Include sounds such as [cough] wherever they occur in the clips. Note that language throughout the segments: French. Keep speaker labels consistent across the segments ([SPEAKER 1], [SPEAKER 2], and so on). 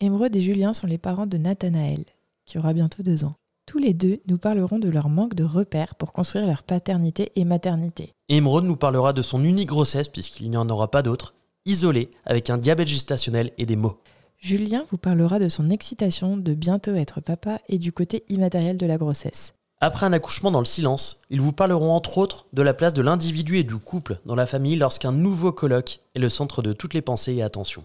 [SPEAKER 1] Émeraude et Julien sont les parents de Nathanaël, qui aura bientôt deux ans. Tous les deux nous parleront de leur manque de repères pour construire leur paternité et maternité.
[SPEAKER 2] Emeraude nous parlera de son unique grossesse, puisqu'il n'y en aura pas d'autre, isolée, avec un diabète gestationnel et des maux.
[SPEAKER 1] Julien vous parlera de son excitation de bientôt être papa et du côté immatériel de la grossesse.
[SPEAKER 2] Après un accouchement dans le silence, ils vous parleront entre autres de la place de l'individu et du couple dans la famille lorsqu'un nouveau colloque est le centre de toutes les pensées et attentions.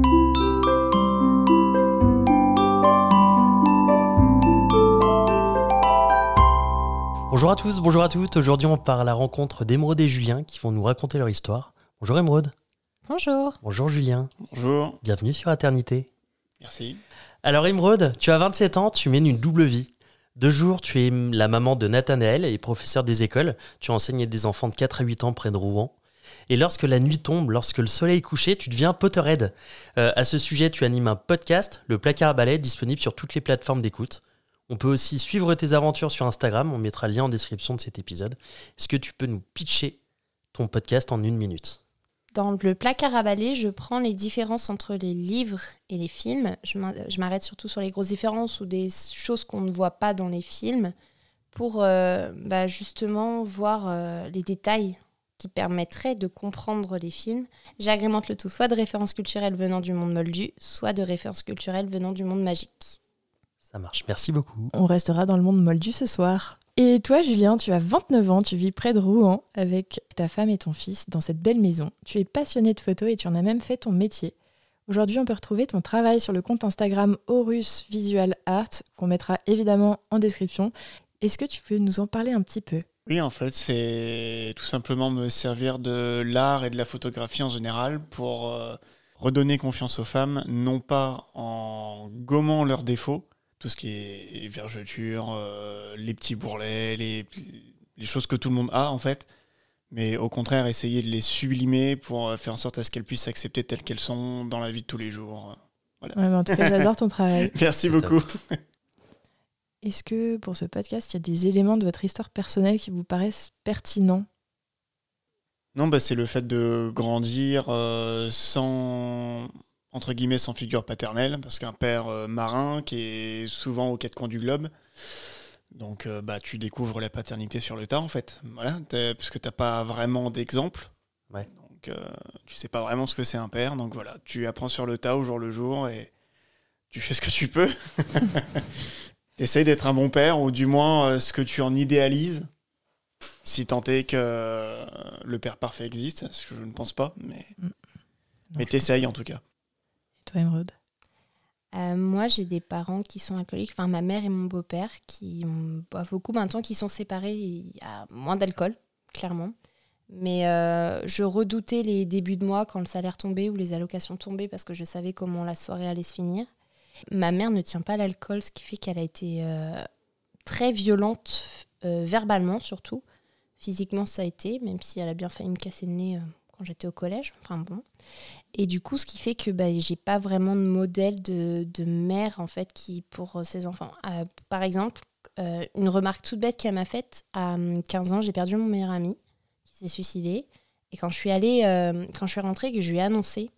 [SPEAKER 2] Bonjour à tous, bonjour à toutes. Aujourd'hui, on part à la rencontre d'Émeraude et Julien qui vont nous raconter leur histoire. Bonjour Émeraude.
[SPEAKER 1] Bonjour.
[SPEAKER 2] Bonjour Julien.
[SPEAKER 3] Bonjour.
[SPEAKER 2] Bienvenue sur Aternité.
[SPEAKER 3] Merci.
[SPEAKER 2] Alors Emeraude, tu as 27 ans, tu mènes une double vie. De jour, tu es la maman de Nathanaël et professeur des écoles. Tu enseignes à des enfants de 4 à 8 ans près de Rouen. Et lorsque la nuit tombe, lorsque le soleil est couché, tu deviens Potterhead. Euh, à ce sujet, tu animes un podcast, le placard à balai, disponible sur toutes les plateformes d'écoute. On peut aussi suivre tes aventures sur Instagram, on mettra le lien en description de cet épisode. Est-ce que tu peux nous pitcher ton podcast en une minute
[SPEAKER 4] Dans le placard à balai, je prends les différences entre les livres et les films. Je m'in- je m'arrête surtout sur les grosses différences ou des choses qu'on ne voit pas dans les films pour euh, bah, justement voir euh, les détails qui permettraient de comprendre les films. J'agrémente le tout soit de références culturelles venant du monde moldu, soit de références culturelles venant du monde magique.
[SPEAKER 2] Ça marche, merci beaucoup.
[SPEAKER 1] On restera dans le monde moldu ce soir. Et toi, Julien, tu as 29 ans, tu vis près de Rouen avec ta femme et ton fils dans cette belle maison. Tu es passionné de photos et tu en as même fait ton métier. Aujourd'hui, on peut retrouver ton travail sur le compte Instagram Horus Visual Art, qu'on mettra évidemment en description. Est-ce que tu peux nous en parler un petit peu
[SPEAKER 3] Oui, en fait, c'est tout simplement me servir de l'art et de la photographie en général pour euh, redonner confiance aux femmes, non pas en gommant leurs défauts, tout ce qui est vergeture, euh, les petits bourrelets, les, les choses que tout le monde a en fait, mais au contraire essayer de les sublimer pour euh, faire en sorte à ce qu'elles puissent s'accepter telles qu'elles sont dans la vie de tous les jours.
[SPEAKER 1] Ouais, mais En tout cas, j'adore ton
[SPEAKER 3] [laughs]
[SPEAKER 1] travail.
[SPEAKER 3] Merci
[SPEAKER 2] top.
[SPEAKER 3] beaucoup.
[SPEAKER 1] Est-ce que pour ce podcast, il y a des éléments de votre histoire personnelle qui vous paraissent pertinents
[SPEAKER 3] Non, bah, c'est le fait de grandir euh, sans entre guillemets sans figure paternelle, parce qu'un père euh, marin qui est souvent aux quatre coins du globe, donc euh, bah tu découvres la paternité sur le tas en fait, voilà, t'es- parce que t'as pas vraiment d'exemple,
[SPEAKER 2] Ouais.
[SPEAKER 3] donc euh, tu sais pas vraiment ce que c'est un père, donc voilà, tu apprends sur le tas au jour le jour et tu fais ce que tu peux. [laughs] T'essayes d'être un bon père ou du moins euh, ce que tu en idéalises. Si tant est que euh, le père parfait existe, ce que je ne pense pas, mais,
[SPEAKER 1] Mm. Non,
[SPEAKER 3] mais t'essayes en tout cas.
[SPEAKER 1] Toi, Emeraude
[SPEAKER 4] Euh, moi, j'ai des parents qui sont alcooliques, enfin ma mère et mon beau-père qui ont- boivent beaucoup maintenant, qui sont séparés, il y a moins d'alcool, clairement. Mais euh, je redoutais les débuts de mois quand le salaire tombait ou les allocations tombaient parce que je savais comment la soirée allait se finir. Ma mère ne tient pas l'alcool, ce qui fait qu'elle a été euh, très violente, euh, verbalement surtout. Physiquement, ça a été, même si elle a bien failli me casser le nez euh, quand j'étais au collège. Enfin bon. Et du coup, ce qui fait que bah, j'ai pas vraiment de modèle de, de mère en fait qui pour euh, ses enfants. Euh, par exemple, euh, une remarque toute bête qu'elle m'a faite à hum, 15 ans, j'ai perdu mon meilleur ami qui s'est suicidé. Et quand je suis allée, euh, quand je suis rentrée, que je lui ai annoncé,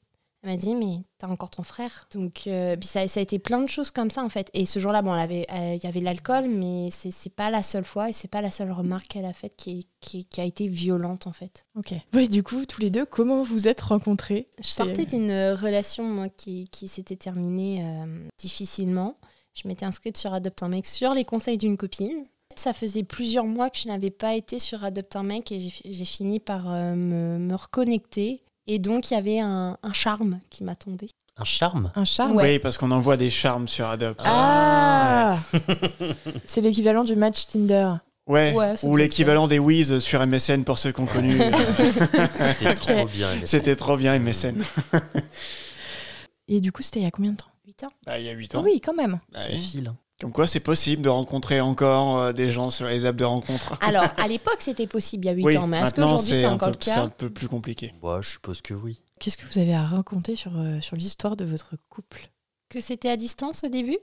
[SPEAKER 4] elle m'a dit mais t'as encore ton frère. Donc euh, puis ça, ça a été plein de choses comme ça en fait. Et ce jour-là, bon, elle avait- euh, il y avait de l'alcool, mais c'est c'est pas la seule fois et c'est pas la seule remarque qu'elle a faite qui, est- qui- qui a été violente en fait.
[SPEAKER 1] Ok. Oui, du coup, tous les deux, comment vous êtes rencontrés
[SPEAKER 4] Je
[SPEAKER 1] C'est-
[SPEAKER 4] sortais d'une euh, relation moi, qui, qui s'était terminée euh, difficilement. Je m'étais inscrite sur Adopt un mec sur les conseils d'une copine. Ça faisait plusieurs mois que je n'avais pas été sur Adopt un mec et j'ai fi- j'ai fini par euh, me, me reconnecter. Et donc, il y avait un, un charme qui m'attendait.
[SPEAKER 2] Un charme
[SPEAKER 1] Un charme
[SPEAKER 4] Ouais.
[SPEAKER 3] Oui, parce qu'on envoie des charmes sur Adopt.
[SPEAKER 1] Ah C'est l'équivalent du match Tinder.
[SPEAKER 3] Ouais,
[SPEAKER 4] Ouais, ça
[SPEAKER 3] ou
[SPEAKER 4] doit
[SPEAKER 3] l'équivalent des Wiz sur MSN pour ceux qu'on
[SPEAKER 4] [laughs]
[SPEAKER 3] connu.
[SPEAKER 2] [laughs] C'était trop bien. Alexandre.
[SPEAKER 3] C'était trop bien MSN.
[SPEAKER 1] Et du coup, c'était il y a combien de temps
[SPEAKER 4] Huit ans.
[SPEAKER 3] Bah, il y a 8
[SPEAKER 1] Ah
[SPEAKER 3] ans.
[SPEAKER 1] Oui, quand même.
[SPEAKER 3] Bah,
[SPEAKER 2] Ça
[SPEAKER 3] oui.
[SPEAKER 2] file. hein.
[SPEAKER 3] Comme quoi, c'est possible de rencontrer encore euh, des gens sur les apps de rencontre.
[SPEAKER 4] Alors, à l'époque, c'était possible il y a 8
[SPEAKER 3] oui,
[SPEAKER 4] Ah, ans, mais est-ce
[SPEAKER 3] maintenant,
[SPEAKER 4] qu'aujourd'hui,
[SPEAKER 3] c'est
[SPEAKER 4] c'est
[SPEAKER 3] un,
[SPEAKER 4] encore
[SPEAKER 3] peu-
[SPEAKER 4] le
[SPEAKER 3] c'est
[SPEAKER 4] cas
[SPEAKER 3] un peu plus compliqué.
[SPEAKER 2] Bah, je suppose que oui.
[SPEAKER 1] Qu'est-ce que vous avez à raconter sur, euh, sur l'histoire de votre couple
[SPEAKER 4] que c'était à distance au début.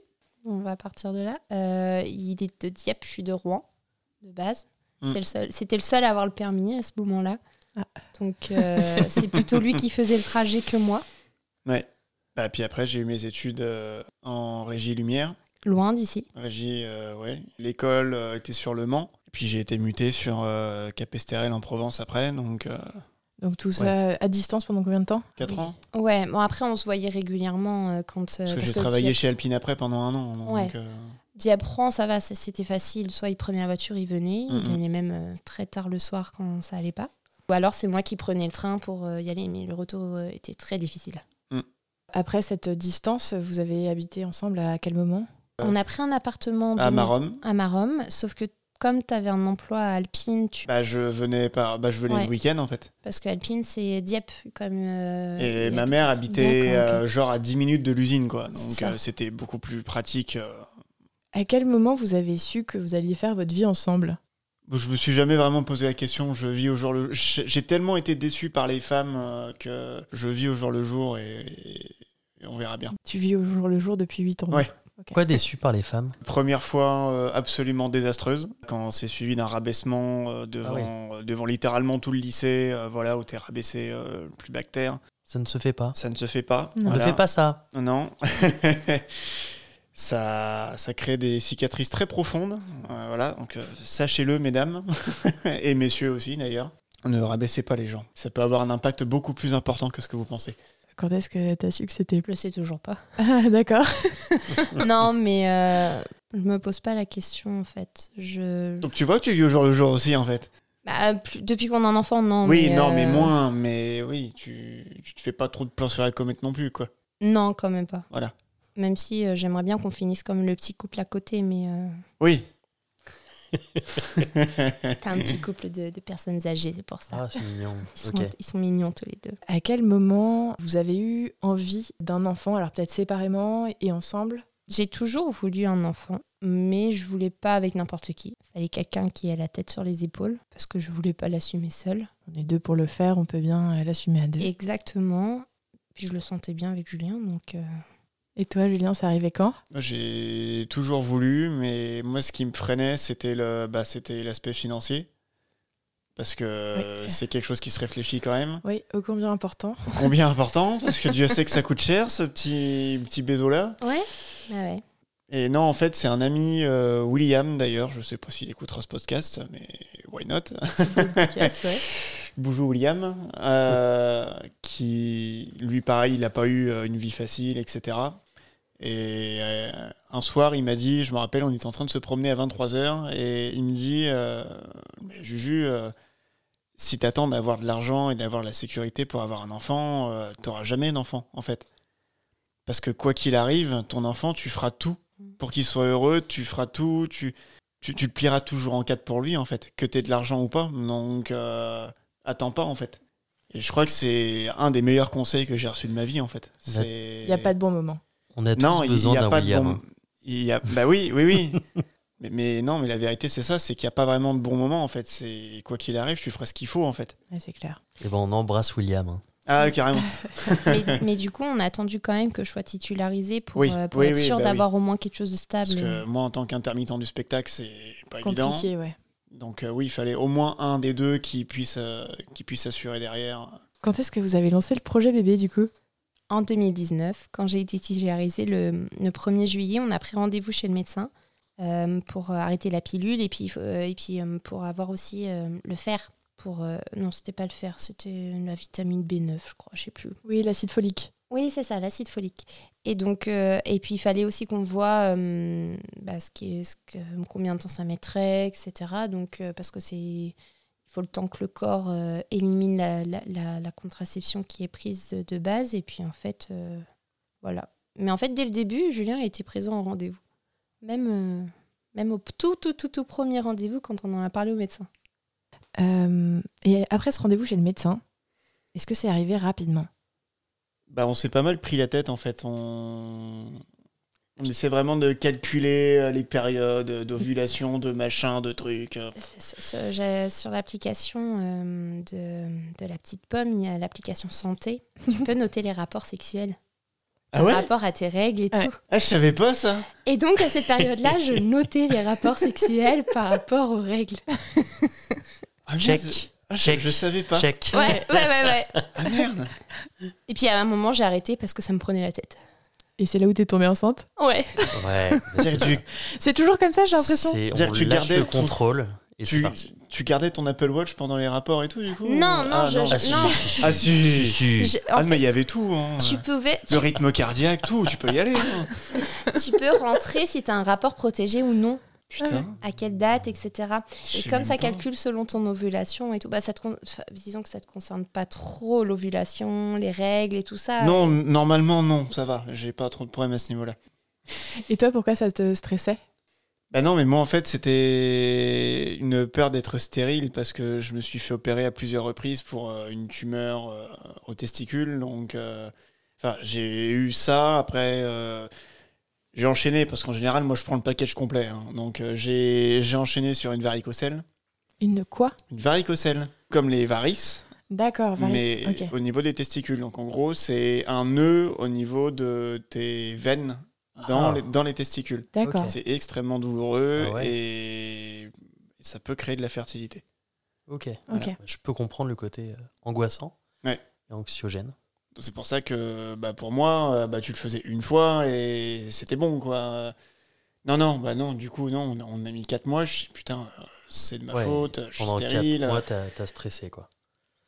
[SPEAKER 4] On va partir de là. Euh, il est de Dieppe, je suis de Rouen, de base.
[SPEAKER 3] Mm.
[SPEAKER 4] C'est le seul- C'était le seul à avoir le permis à ce moment-là.
[SPEAKER 1] Ah.
[SPEAKER 4] Donc, euh, [laughs] c'est plutôt lui qui faisait le trajet que moi,
[SPEAKER 3] Ouais. Bah, puis après, j'ai eu mes études euh, en régie lumière.
[SPEAKER 4] loin d'ici.
[SPEAKER 3] Régie, euh, ouais. L'école euh, était sur Le Mans. Puis j'ai été muté sur euh, Capesterel en Provence après, donc euh,
[SPEAKER 1] Donc tout ça à distance pendant combien de temps
[SPEAKER 3] 4 ans.
[SPEAKER 4] Ouais, bon, après, on se voyait régulièrement euh, quand. euh,
[SPEAKER 3] Parce que
[SPEAKER 4] parce
[SPEAKER 3] j'ai
[SPEAKER 4] que
[SPEAKER 3] travaillé
[SPEAKER 4] Dieppe-
[SPEAKER 3] chez Alpine après pendant un an. donc,
[SPEAKER 4] Ouais.
[SPEAKER 3] euh,
[SPEAKER 4] Dieppe, Rouen, ça va, c'est- c'était facile. Soit il prenait la voiture, il venait. Il
[SPEAKER 3] Mhm.
[SPEAKER 4] venait même euh, très tard le soir quand ça allait pas. Ou alors, c'est moi qui prenais le train pour euh, y aller, mais le retour euh, était très difficile.
[SPEAKER 1] Après cette distance, vous avez habité ensemble à quel moment
[SPEAKER 3] Euh.
[SPEAKER 4] On a pris un appartement
[SPEAKER 3] à
[SPEAKER 4] de-
[SPEAKER 3] Maromme.
[SPEAKER 4] à Maromme, sauf que comme tu avais un emploi à Alpine, tu...
[SPEAKER 3] Bah, je venais, par... bah, je venais
[SPEAKER 4] Ouais.
[SPEAKER 3] le week-end en fait.
[SPEAKER 4] parce que Alpine c'est Dieppe comme. euh,
[SPEAKER 3] Et
[SPEAKER 4] Dieppe.
[SPEAKER 3] ma mère habitait
[SPEAKER 4] D'accord, ok.
[SPEAKER 3] euh, genre à 10 minutes de l'usine, quoi.
[SPEAKER 4] C'est
[SPEAKER 3] Donc
[SPEAKER 4] ça.
[SPEAKER 3] euh, c'était beaucoup plus pratique. euh.
[SPEAKER 1] À quel moment vous avez su que vous alliez faire votre vie ensemble
[SPEAKER 3] Je me suis jamais vraiment posé la question. Je vis au jour le. J'ai j'ai tellement été déçu par les femmes euh, que je vis au jour le jour et, et on verra bien.
[SPEAKER 1] Tu vis au jour le jour depuis 8 ans.
[SPEAKER 3] Ouais.
[SPEAKER 2] Pourquoi déçu par les femmes
[SPEAKER 3] Première fois euh, absolument désastreuse quand c'est suivi d'un rabaissement euh, devant euh, devant littéralement tout le lycée. euh, voilà où t'es rabaissé euh, le plus bactère.
[SPEAKER 2] Ça ne se fait pas.
[SPEAKER 3] Ça ne se fait pas.
[SPEAKER 1] Non.
[SPEAKER 2] Ne
[SPEAKER 3] Voilà.
[SPEAKER 2] fais pas ça.
[SPEAKER 3] Non. [laughs] ça, ça crée des cicatrices très profondes. Euh, voilà, donc euh, sachez-le, mesdames, [laughs] et messieurs aussi d'ailleurs. Ne rabaissez pas les gens. Ça peut avoir un impact beaucoup plus important que ce que vous pensez.
[SPEAKER 1] Quand est-ce que t'as su que c'était
[SPEAKER 4] Je le sais toujours pas.
[SPEAKER 1] Ah [laughs] d'accord.
[SPEAKER 4] [laughs] non, mais euh, je me pose pas la question en fait. Je...
[SPEAKER 3] Donc tu vois que tu vis au jour le jour aussi en fait.
[SPEAKER 4] Bah, plus- Depuis qu'on a un enfant, non.
[SPEAKER 3] oui,
[SPEAKER 4] mais,
[SPEAKER 3] non,
[SPEAKER 4] euh,
[SPEAKER 3] mais moins, mais oui, tu, tu te fais pas trop de plans sur la comète non plus, quoi.
[SPEAKER 4] Non, quand même pas.
[SPEAKER 3] Voilà.
[SPEAKER 4] Même si euh, j'aimerais bien qu'on finisse comme le petit couple à côté, mais euh,
[SPEAKER 3] [laughs] Oui.
[SPEAKER 4] t'as un petit couple de, de personnes âgées, c'est pour ça.
[SPEAKER 2] Ah, c'est mignon.
[SPEAKER 4] [laughs] Ils sont,
[SPEAKER 2] Ok.
[SPEAKER 4] ils sont mignons tous les deux.
[SPEAKER 1] À quel moment vous avez eu envie d'un enfant Alors peut-être séparément et ensemble
[SPEAKER 4] J'ai toujours voulu un enfant, mais je voulais pas avec n'importe qui. Il fallait quelqu'un qui ait la tête sur les épaules, parce que je voulais pas l'assumer seule.
[SPEAKER 1] On est deux pour le faire, on peut bien euh, l'assumer à
[SPEAKER 3] Mmh.
[SPEAKER 1] deux. Et...
[SPEAKER 4] Exactement. Puis je le sentais bien avec Julien, donc. euh,
[SPEAKER 1] toi Julien, ça arrivait quand
[SPEAKER 3] Moi, J'ai toujours voulu, mais moi, ce qui me freinait, c'était le, bah, c'était l'aspect financier, parce que euh, c'est quelque chose qui se réfléchit quand même.
[SPEAKER 1] Oui, ô combien
[SPEAKER 3] [laughs]
[SPEAKER 1] important.
[SPEAKER 3] Combien important Parce que Dieu sait que ça coûte cher, ce petit, petit là.
[SPEAKER 4] Ouais. Ah ouais.
[SPEAKER 3] Et non, en fait, c'est un ami, euh, William d'ailleurs, je sais pas s'il écoutera ce podcast, mais why not [laughs]
[SPEAKER 1] Yes, ouais.
[SPEAKER 3] Bonjour William, euh, qui, lui pareil, il n'a pas eu euh, une vie facile, etc. Et euh, un soir, il m'a dit, je me rappelle, on était en train de se promener à 23h, et il me dit, euh, Mais Juju, euh, si t'attends d'avoir de l'argent et d'avoir la sécurité pour avoir un enfant, euh, t'auras jamais d'enfant, en fait. Parce que quoi qu'il arrive, ton enfant, tu feras tout pour qu'il soit heureux, tu feras tout, tu, tu, tu te plieras toujours en quatre pour lui, en fait, que t'aies de l'argent ou pas. Donc, euh, attends pas, en fait. Et je crois que c'est un des meilleurs conseils que j'ai reçu de ma vie, en fait.
[SPEAKER 2] Il y a-
[SPEAKER 1] Il
[SPEAKER 3] Il
[SPEAKER 1] n'y a pas de bon moment.
[SPEAKER 2] On a tous
[SPEAKER 3] non, il
[SPEAKER 2] besoin
[SPEAKER 3] n'y a
[SPEAKER 2] d'un
[SPEAKER 3] pas
[SPEAKER 2] William. hein.
[SPEAKER 3] de bon. Il y a... Bah oui, oui, oui. [laughs] mais, mais non, mais la vérité, c'est ça c'est qu'il n'y a pas vraiment de bon moment en fait. C'est Quoi qu'il arrive, tu feras ce qu'il faut en fait.
[SPEAKER 1] Ouais, c'est clair.
[SPEAKER 2] Et ben, on embrasse William. hein.
[SPEAKER 3] Ah, carrément.
[SPEAKER 4] mais, mais du coup, on a attendu quand même que je sois titularisée pour,
[SPEAKER 3] Oui,
[SPEAKER 4] euh, pour
[SPEAKER 3] oui,
[SPEAKER 4] être
[SPEAKER 3] oui,
[SPEAKER 4] sûre
[SPEAKER 3] bah
[SPEAKER 4] d'avoir au moins quelque chose de stable.
[SPEAKER 3] Parce que moi, en tant qu'intermittent du spectacle, c'est pas évident.
[SPEAKER 1] Compliqué, ouais.
[SPEAKER 3] Donc euh, oui, il fallait au moins un des deux qui puisse, euh, qui puisse assurer derrière.
[SPEAKER 1] Quand est-ce que vous avez lancé le projet bébé du coup
[SPEAKER 4] En 2019, quand j'ai été titularisée le, le 1er juillet, on a pris rendez-vous chez le médecin euh, pour euh, arrêter la pilule et puis, il faut- euh, et puis euh, pour avoir aussi euh, le fer. Pour, euh, non, c'était pas le fer, c'était la vitamine B9, je crois, je sais plus.
[SPEAKER 1] Oui, l'acide folique.
[SPEAKER 4] Oui, c'est ça, l'acide folique. Et donc, euh, et puis il fallait aussi qu'on voit euh, bah, ce qui est- ce que, combien de temps ça mettrait, etc. Donc, euh, parce que c'est, il faut le temps que le corps euh, élimine la, la- la- la contraception qui est prise de, de base. Et puis en fait, euh, voilà. Mais en fait, dès le début, Julien était présent au rendez-vous, même, euh, même au tout, tout, tout, tout premier rendez-vous quand on en a parlé au médecin.
[SPEAKER 1] Euh, et après ce rendez-vous chez le médecin, est-ce que c'est arrivé rapidement
[SPEAKER 3] Bah, on s'est pas mal pris la tête en fait. On, On essaie vraiment de calculer euh, les périodes d'ovulation, de machin, de trucs. euh.
[SPEAKER 4] Sur, sur- j'ai- sur l'application euh, de, de la petite pomme, il y a l'application santé. Tu peux noter les rapports sexuels,
[SPEAKER 3] Ah ouais
[SPEAKER 4] par rapport à tes règles et
[SPEAKER 1] Ouais.
[SPEAKER 4] tout.
[SPEAKER 3] Ah, je savais pas ça.
[SPEAKER 4] Et donc à cette période-là, je notais les rapports sexuels par rapport aux règles.
[SPEAKER 3] Ah, merde,
[SPEAKER 2] Check,
[SPEAKER 3] je- ah, je-
[SPEAKER 2] check,
[SPEAKER 3] Je savais pas.
[SPEAKER 2] check.
[SPEAKER 4] Ouais, ouais, ouais, ouais.
[SPEAKER 3] Ah merde.
[SPEAKER 4] Et puis à un moment, j'ai arrêté parce que ça me prenait la tête.
[SPEAKER 1] Et c'est là où t'es tombée enceinte
[SPEAKER 4] Ouais.
[SPEAKER 3] [laughs]
[SPEAKER 2] Ouais, mais
[SPEAKER 3] Dire
[SPEAKER 2] c'est
[SPEAKER 3] que tu,
[SPEAKER 4] Ah,
[SPEAKER 1] C'est toujours comme ça, j'ai l'impression.
[SPEAKER 2] c'est-
[SPEAKER 3] Dire
[SPEAKER 2] on
[SPEAKER 3] que tu
[SPEAKER 2] lâche
[SPEAKER 3] gardais
[SPEAKER 2] le
[SPEAKER 3] ton-
[SPEAKER 2] contrôle et c'est
[SPEAKER 3] tu,
[SPEAKER 2] parti.
[SPEAKER 3] tu gardais ton Apple Watch pendant les rapports et tout, du coup
[SPEAKER 4] Non, non,
[SPEAKER 3] Ah,
[SPEAKER 4] je- je-
[SPEAKER 2] Ah si,
[SPEAKER 4] non.
[SPEAKER 2] si, si,
[SPEAKER 3] Ah, si.
[SPEAKER 2] si, si.
[SPEAKER 4] Je- en
[SPEAKER 3] Ah, mais il y avait tout. hein.
[SPEAKER 4] Tu pouvais,
[SPEAKER 3] Le rythme cardiaque, tout, tu peux y aller.
[SPEAKER 4] [laughs]
[SPEAKER 3] hein.
[SPEAKER 4] tu peux rentrer si tu as un rapport protégé ou non,
[SPEAKER 3] Putain.
[SPEAKER 4] à quelle date, etc.
[SPEAKER 3] je
[SPEAKER 4] Et
[SPEAKER 3] sais
[SPEAKER 4] comme
[SPEAKER 3] même
[SPEAKER 4] ça
[SPEAKER 3] pas.
[SPEAKER 4] calcule selon ton ovulation et tout, bah ça te con- enfin, disons que ça te concerne pas trop l'ovulation, les règles et tout ça.
[SPEAKER 3] Non, normalement, non, ça va. J'ai pas trop de problèmes à ce niveau-là.
[SPEAKER 1] Et toi, pourquoi ça te stressait
[SPEAKER 3] Bah non, mais moi en fait c'était une peur d'être stérile parce que je me suis fait opérer à plusieurs reprises pour euh, une tumeur euh, au testicule. Donc, euh, enfin, j'ai eu ça. Après, euh, j'ai enchaîné parce qu'en général, moi je prends le package complet. hein. donc euh, j'ai j'ai enchaîné sur une varicocèle.
[SPEAKER 1] Une quoi
[SPEAKER 3] Une varicocèle, comme les varices,
[SPEAKER 1] D'accord, vari-
[SPEAKER 3] mais
[SPEAKER 1] Ah, ok.
[SPEAKER 3] au niveau des testicules. Donc en gros, c'est un nœud au niveau de tes veines dans,
[SPEAKER 2] Ah.
[SPEAKER 3] les, dans les testicules.
[SPEAKER 1] D'accord.
[SPEAKER 3] C'est extrêmement douloureux
[SPEAKER 2] Ah ouais.
[SPEAKER 3] et ça peut créer de la fertilité.
[SPEAKER 2] Ok.
[SPEAKER 1] Ok.
[SPEAKER 2] Je peux comprendre le côté euh, angoissant
[SPEAKER 3] Ouais.
[SPEAKER 2] et anxiogène.
[SPEAKER 3] C'est pour ça que bah, pour moi, euh, bah, tu le faisais une fois et c'était bon. quoi. Non, non, bah non, du coup, non, on- on a mis 4 mois. Je suis putain, euh, c'est de ma
[SPEAKER 2] Ouais,
[SPEAKER 3] faute, je suis
[SPEAKER 2] Pendant
[SPEAKER 3] stérile.
[SPEAKER 2] 4 mois, t'as t'as stressé quoi. [laughs]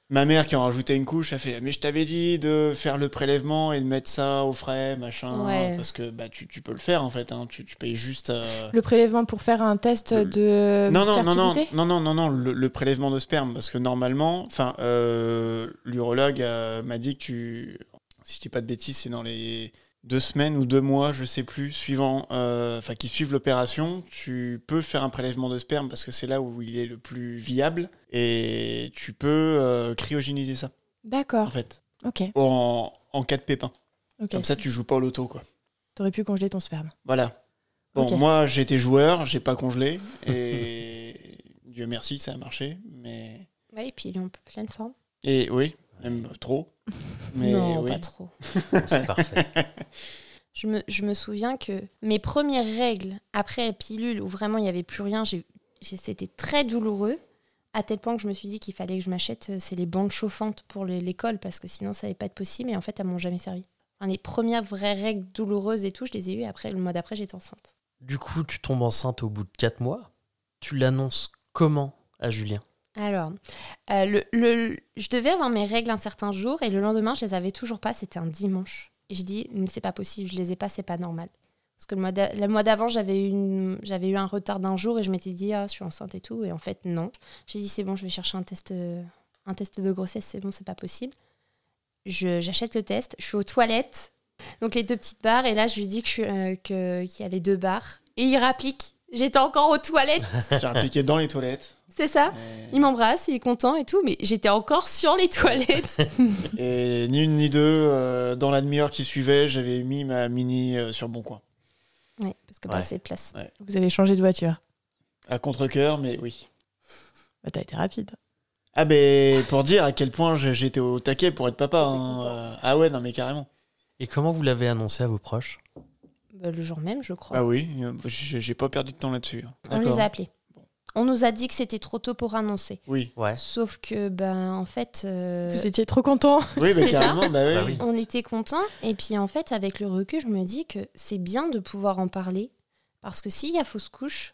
[SPEAKER 3] Ma mère qui en rajoutait une couche, a fait Mais je t'avais dit de faire le prélèvement et de mettre ça au frais, machin.
[SPEAKER 4] Ouais.
[SPEAKER 3] Parce que bah, tu, tu peux le faire en fait, hein, tu, tu payes juste. euh,
[SPEAKER 1] Le prélèvement pour faire un test
[SPEAKER 3] Le-
[SPEAKER 1] de
[SPEAKER 3] Non, non, non,
[SPEAKER 1] Euh, fertilité
[SPEAKER 3] non, non, non, non, non, le, le prélèvement de sperme, parce que normalement, enfin, euh, l'urologue euh, m'a dit que tu, si je dis pas de bêtises, c'est dans les deux semaines ou deux mois, je sais plus, suivant, euh, enfin, qui suivent l'opération, tu peux faire un prélèvement de sperme parce que c'est là où il est le plus viable et tu peux euh, cryogéniser ça, en
[SPEAKER 1] D'accord,
[SPEAKER 3] fait,
[SPEAKER 1] ok.
[SPEAKER 3] en, en cas de pépin.
[SPEAKER 1] ok.
[SPEAKER 3] Comme ça, tu joues pas au loto, quoi.
[SPEAKER 1] T'aurais pu congeler ton sperme.
[SPEAKER 3] Voilà. Bon,
[SPEAKER 1] Ok.
[SPEAKER 3] moi, j'étais joueur, j'ai pas congelé et [laughs] Dieu merci, ça a marché, mais.
[SPEAKER 4] Ouais, et puis il est en pleine forme.
[SPEAKER 3] Et oui, même trop.
[SPEAKER 4] [laughs]
[SPEAKER 3] Mais
[SPEAKER 4] non,
[SPEAKER 3] oui.
[SPEAKER 4] pas trop.
[SPEAKER 2] C'est parfait.
[SPEAKER 4] Je me, je me souviens que mes premières règles après la pilule, où vraiment il n'y avait plus rien, j'ai- j'ai- c'était très douloureux, à tel point que je me suis dit qu'il fallait que je m'achète, euh, c'est les bandes chauffantes pour les- l'école, parce que sinon ça n'allait pas être possible, et en fait elles m'ont jamais servi. Enfin, les premières vraies règles douloureuses et tout, je les ai eues après, le mois d'après j'étais enceinte.
[SPEAKER 2] Du coup, tu tombes enceinte au bout de 4 mois. Tu l'annonces comment à Julien
[SPEAKER 4] Alors, euh, le, le- je devais avoir mes règles un certain jour, et le lendemain je les avais toujours pas, c'était un dimanche. Et je dis, mais c'est pas possible, je les ai pas, c'est pas normal. Parce que le mois d'a- le mois d'avant, j'avais eu, une- j'avais eu un retard d'un jour et je m'étais dit, ah, je suis enceinte et tout. Et en fait, non. J'ai dit, c'est bon, je vais chercher un test, euh, un test de grossesse, c'est bon, c'est pas possible. Je- J'achète le test, je suis aux toilettes, donc les deux petites barres, et là, je lui dis que je suis, euh, que- qu'il y a les deux barres. Et il rapplique. J'étais encore aux toilettes, [laughs]
[SPEAKER 3] J'ai impliqué dans les toilettes.
[SPEAKER 4] c'est ça
[SPEAKER 3] Et,
[SPEAKER 4] [laughs] Il m'embrasse, il est content et tout, mais j'étais encore sur les toilettes.
[SPEAKER 3] et ni une ni deux, euh, dans la demi-heure qui suivait, j'avais mis ma mini euh, sur Bon Coin.
[SPEAKER 4] [laughs] Ouais, parce que
[SPEAKER 2] Ouais.
[SPEAKER 4] pas assez de place.
[SPEAKER 1] Vous avez changé de voiture.
[SPEAKER 3] À contre-coeur, mais oui.
[SPEAKER 1] Bah, t'as été rapide.
[SPEAKER 3] Ah, ben, pour dire à quel point j'ai- j'étais au taquet pour être papa. hein, euh, ah, ouais, non, mais carrément.
[SPEAKER 2] Et comment vous l'avez annoncé à vos proches
[SPEAKER 4] Bah, le jour même, je crois.
[SPEAKER 3] Ah, oui, euh, j'ai j'ai pas perdu de temps là-dessus. hein.
[SPEAKER 4] On les
[SPEAKER 3] D'accord.
[SPEAKER 4] a appelés. On nous a dit que c'était trop tôt pour annoncer. [laughs]
[SPEAKER 3] Oui,
[SPEAKER 2] Ouais.
[SPEAKER 4] Sauf que, ben, en fait, euh,
[SPEAKER 1] Vous étiez trop content.
[SPEAKER 3] oui, bah,
[SPEAKER 4] C'est ça
[SPEAKER 3] carrément, bah, oui.
[SPEAKER 2] Bah oui.
[SPEAKER 4] on était contents. Et puis, en fait, avec le recul, je me dis que c'est bien de pouvoir en parler. Parce que s'il y a fausse couche,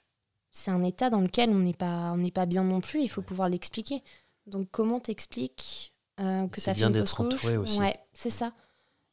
[SPEAKER 4] c'est un état dans lequel on n'est pas, on n'est pas bien non plus. Il faut pouvoir l'expliquer. Donc, comment t'expliques euh, que
[SPEAKER 2] C'est
[SPEAKER 4] t'as fait
[SPEAKER 2] bien
[SPEAKER 4] une
[SPEAKER 2] d'être
[SPEAKER 4] fausse couche
[SPEAKER 2] entouré aussi.
[SPEAKER 4] Ouais, c'est ça.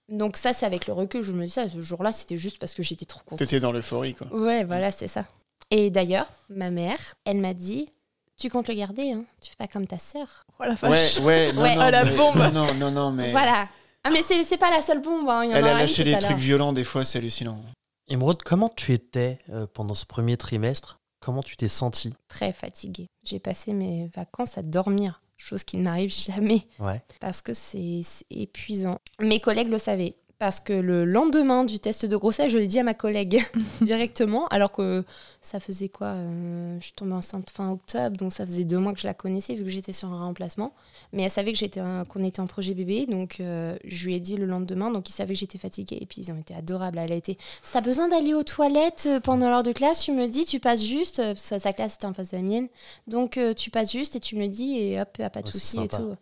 [SPEAKER 4] Donc, ça, c'est avec le recul. Je me dis ça, ce jour-là, c'était juste parce que j'étais trop contente.
[SPEAKER 3] T'étais dans l'euphorie, quoi.
[SPEAKER 4] Ouais, voilà, c'est ça. Et d'ailleurs, ma mère, elle m'a dit Tu comptes le garder, hein Tu fais pas comme ta sœur.
[SPEAKER 1] Oh la
[SPEAKER 3] Ouais,
[SPEAKER 1] vache.
[SPEAKER 3] ouais, non,
[SPEAKER 4] Ouais.
[SPEAKER 3] non,
[SPEAKER 1] Ah, la
[SPEAKER 3] mais-
[SPEAKER 1] bombe.
[SPEAKER 3] Non, non, non, mais.
[SPEAKER 4] Voilà. Ah, mais c'est c'est pas la seule bombe, hein. Il y en
[SPEAKER 3] Elle
[SPEAKER 4] a
[SPEAKER 3] a
[SPEAKER 4] un
[SPEAKER 3] lâché
[SPEAKER 4] qui est
[SPEAKER 3] des
[SPEAKER 4] pas là.
[SPEAKER 3] trucs violents, des fois, c'est hallucinant.
[SPEAKER 2] Emeraude, comment tu étais euh, pendant ce premier trimestre Comment tu t'es sentie
[SPEAKER 4] Très fatiguée. J'ai passé mes vacances à dormir, chose qui n'arrive [laughs] jamais
[SPEAKER 2] Ouais.
[SPEAKER 4] parce que c'est c'est épuisant. Mes collègues le savaient. Parce que le lendemain du test de grossesse, je l'ai dit à ma collègue directement, alors que ça faisait quoi euh, Je suis tombée enceinte fin octobre, donc ça faisait deux mois que je la connaissais vu que j'étais sur un remplacement. Mais elle savait que j'étais un- qu'on était en projet bébé, donc euh, je lui ai dit le lendemain, donc ils savaient que j'étais fatiguée. Et puis ils ont été adorables. Elle a été Si t'as besoin d'aller aux toilettes euh, pendant l'heure de classe, tu me dis, tu passes juste, euh, parce que sa classe était en face de la mienne, donc euh, tu passes juste et tu me le dis, et hop, ah, pas de
[SPEAKER 2] Ouais, Oh, c'est
[SPEAKER 4] soucis et
[SPEAKER 2] sympa.
[SPEAKER 4] tout.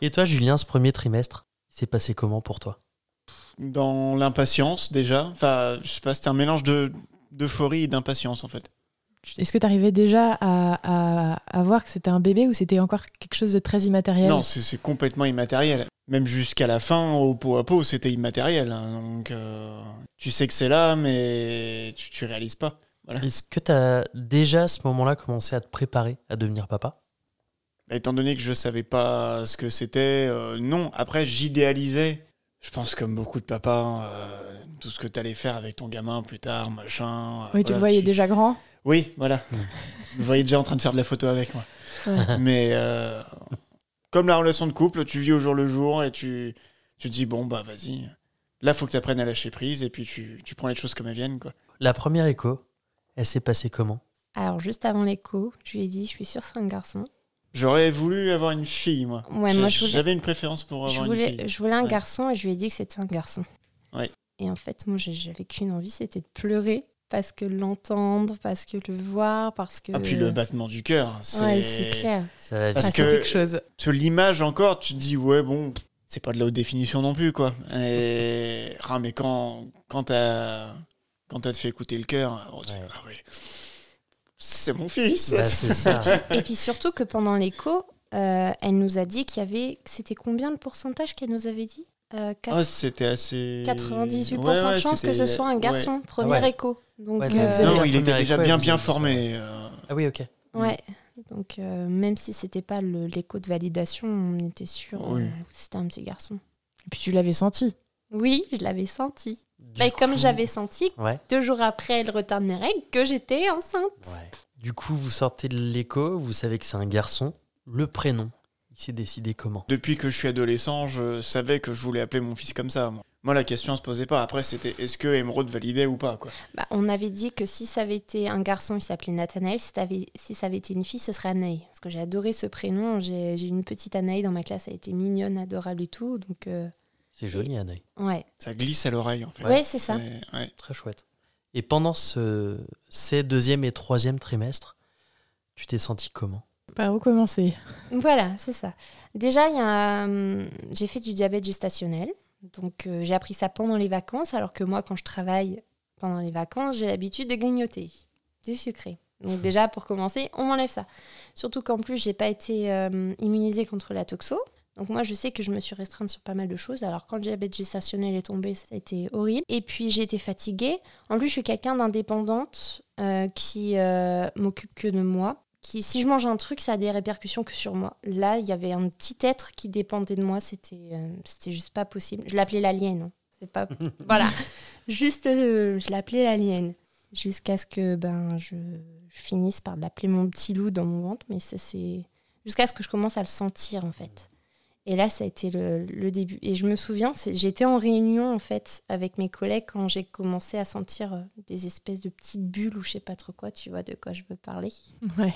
[SPEAKER 2] Et toi, Julien, ce premier trimestre, il s'est passé comment pour toi
[SPEAKER 3] Dans l'impatience, déjà. Enfin, je sais pas, c'était un mélange de d'euphorie et d'impatience, en fait.
[SPEAKER 1] Est-ce que tu arrivais déjà à, à- à voir que c'était un bébé ou c'était encore quelque chose de très immatériel
[SPEAKER 3] Non, c'est c'est complètement immatériel. Même jusqu'à la fin, au pot à pot, c'était immatériel. hein. Donc, euh, tu sais que c'est là, mais tu, tu réalises pas.
[SPEAKER 2] Est-ce que tu as déjà à ce moment-là commencé à te préparer à devenir papa
[SPEAKER 3] Bah, étant donné que je savais pas ce que c'était, euh, non. Après, j'idéalisais. Je pense comme beaucoup de papas, euh, tout ce que t'allais faire avec ton gamin plus tard, machin. euh,
[SPEAKER 1] Oui, tu
[SPEAKER 3] voilà,
[SPEAKER 1] le voyais déjà grand.
[SPEAKER 3] Oui, voilà. [laughs] Vous voyez déjà en train de faire de la photo avec moi.
[SPEAKER 1] Ouais.
[SPEAKER 3] Mais euh, comme la relation de couple, tu vis au jour le jour et tu, tu te dis, bon, bah vas-y. Là, faut que tu apprennes à lâcher prise et puis tu, tu prends les choses comme elles viennent. Quoi.
[SPEAKER 2] La première écho, elle s'est passée comment
[SPEAKER 4] Alors, juste avant l'écho, je lui ai dit, je suis sûre que c'est un garçon.
[SPEAKER 3] J'aurais voulu avoir une fille, moi.
[SPEAKER 4] Ouais,
[SPEAKER 3] J'ai-
[SPEAKER 4] moi, je voulais-
[SPEAKER 3] J'avais une préférence pour
[SPEAKER 4] Je
[SPEAKER 3] avoir une
[SPEAKER 4] voulais,
[SPEAKER 3] fille.
[SPEAKER 4] je voulais un
[SPEAKER 3] Ouais.
[SPEAKER 4] garçon et je lui ai dit que c'était un garçon.
[SPEAKER 3] Ouais.
[SPEAKER 4] Et en fait, moi, j'ai- j'avais qu'une envie, c'était de pleurer parce que l'entendre, parce que le voir, parce que.
[SPEAKER 3] Ah, puis le battement du cœur. hein, C'est...
[SPEAKER 4] Ouais, c'est clair.
[SPEAKER 2] Ça va
[SPEAKER 3] Parce
[SPEAKER 1] Ah,
[SPEAKER 2] vite.
[SPEAKER 1] c'est
[SPEAKER 3] que-
[SPEAKER 1] quelque chose.
[SPEAKER 3] Tu- l'image encore, tu te dis, ouais, bon, c'est pas de la haute définition non plus, quoi. Et... Ah, mais quand, quand t'as quand t'as te fait écouter le cœur, on te dit,
[SPEAKER 2] Ouais.
[SPEAKER 3] ah ouais, c'est mon fils.
[SPEAKER 2] Bah, c'est ça.
[SPEAKER 4] Et puis surtout que pendant l'écho, euh, elle nous a dit qu'il y avait. C'était combien le pourcentage qu'elle nous avait dit Euh, [laughs] quatre-
[SPEAKER 3] Ah, c'était assez.
[SPEAKER 4] 98%
[SPEAKER 3] Ouais, ouais,
[SPEAKER 4] de chance que
[SPEAKER 3] c'était-
[SPEAKER 4] ce soit un
[SPEAKER 3] ouais.
[SPEAKER 4] garçon, premier
[SPEAKER 2] Ah ouais.
[SPEAKER 4] écho. Donc,
[SPEAKER 2] Ouais,
[SPEAKER 1] mais
[SPEAKER 4] euh,
[SPEAKER 1] vous avez-
[SPEAKER 3] Non, il
[SPEAKER 2] La
[SPEAKER 3] était
[SPEAKER 2] première
[SPEAKER 3] déjà
[SPEAKER 2] écho, elle
[SPEAKER 3] bien
[SPEAKER 2] vous
[SPEAKER 3] bien
[SPEAKER 2] avait dit ça.
[SPEAKER 3] formé. euh,
[SPEAKER 2] Ah oui, ok.
[SPEAKER 4] ouais. Donc, euh, même si c'était pas le- l'écho de validation, on était sûr
[SPEAKER 3] Oui.
[SPEAKER 4] euh, que c'était un petit garçon.
[SPEAKER 1] Et puis tu l'avais senti.
[SPEAKER 4] Oui, je l'avais senti.
[SPEAKER 2] Du
[SPEAKER 4] Bah, Comme
[SPEAKER 2] coup-
[SPEAKER 4] j'avais senti,
[SPEAKER 2] Ouais.
[SPEAKER 4] deux jours après le retard de mes règles, que j'étais enceinte.
[SPEAKER 2] ouais. Du coup, vous sortez de l'écho, vous savez que c'est un garçon. Le prénom, il s'est décidé comment
[SPEAKER 3] Depuis que je suis adolescent, je savais que je voulais appeler mon fils comme ça. Moi, Moi, la question se posait pas. Après, c'était est-ce que Emerald validait ou pas, quoi.
[SPEAKER 4] Bah, on avait dit que si ça avait été un garçon, il s'appelait Nathanaël. Si, t'avais- si ça avait été une fille, ce serait Anaï. Parce que j'ai adoré ce prénom. J'ai j'ai une petite Anaï dans ma classe. Elle était mignonne, adorable et tout. Donc, euh,
[SPEAKER 2] C'est joli, Anaï.
[SPEAKER 4] ouais.
[SPEAKER 3] Ça glisse à l'oreille, en fait.
[SPEAKER 4] Ouais, c'est ça.
[SPEAKER 3] C'est- ouais.
[SPEAKER 2] Très chouette. Et pendant ce, ces deuxième et troisième trimestres, tu t'es senti comment
[SPEAKER 1] Par où commencer
[SPEAKER 4] Voilà, c'est ça. Déjà, il y a, hum, j'ai fait du diabète gestationnel. Donc, euh, j'ai appris ça pendant les vacances, alors que moi, quand je travaille pendant les vacances, j'ai l'habitude de grignoter du sucré. Donc, déjà, pour commencer, on m'enlève ça. Surtout qu'en plus, j'ai pas été euh, immunisée contre la toxo. Donc, moi, je sais que je me suis restreinte sur pas mal de choses. Alors, quand le diabète gestationnel est tombé, ça a été horrible. Et puis, j'ai été fatiguée. En plus, je suis quelqu'un d'indépendante euh, qui euh, m'occupe que de moi. Qui, si je mange un truc, ça a des répercussions que sur moi. Là, il y avait un petit être qui dépendait de moi. C'était, euh, c'était juste pas possible. Je l'appelais l'alien. hein. C'est pas, voilà. Juste, euh, je l'appelais l'alien. Jusqu'à ce que ben je, je finisse par l'appeler mon petit loup dans mon ventre, mais ça c'est jusqu'à ce que je commence à le sentir en fait. Et là, ça a été le, le début. Et je me souviens, c'est- j'étais en réunion en fait avec mes collègues quand j'ai commencé à sentir euh, des espèces de petites bulles ou je sais pas trop quoi, tu vois de quoi je veux parler.
[SPEAKER 1] Ouais.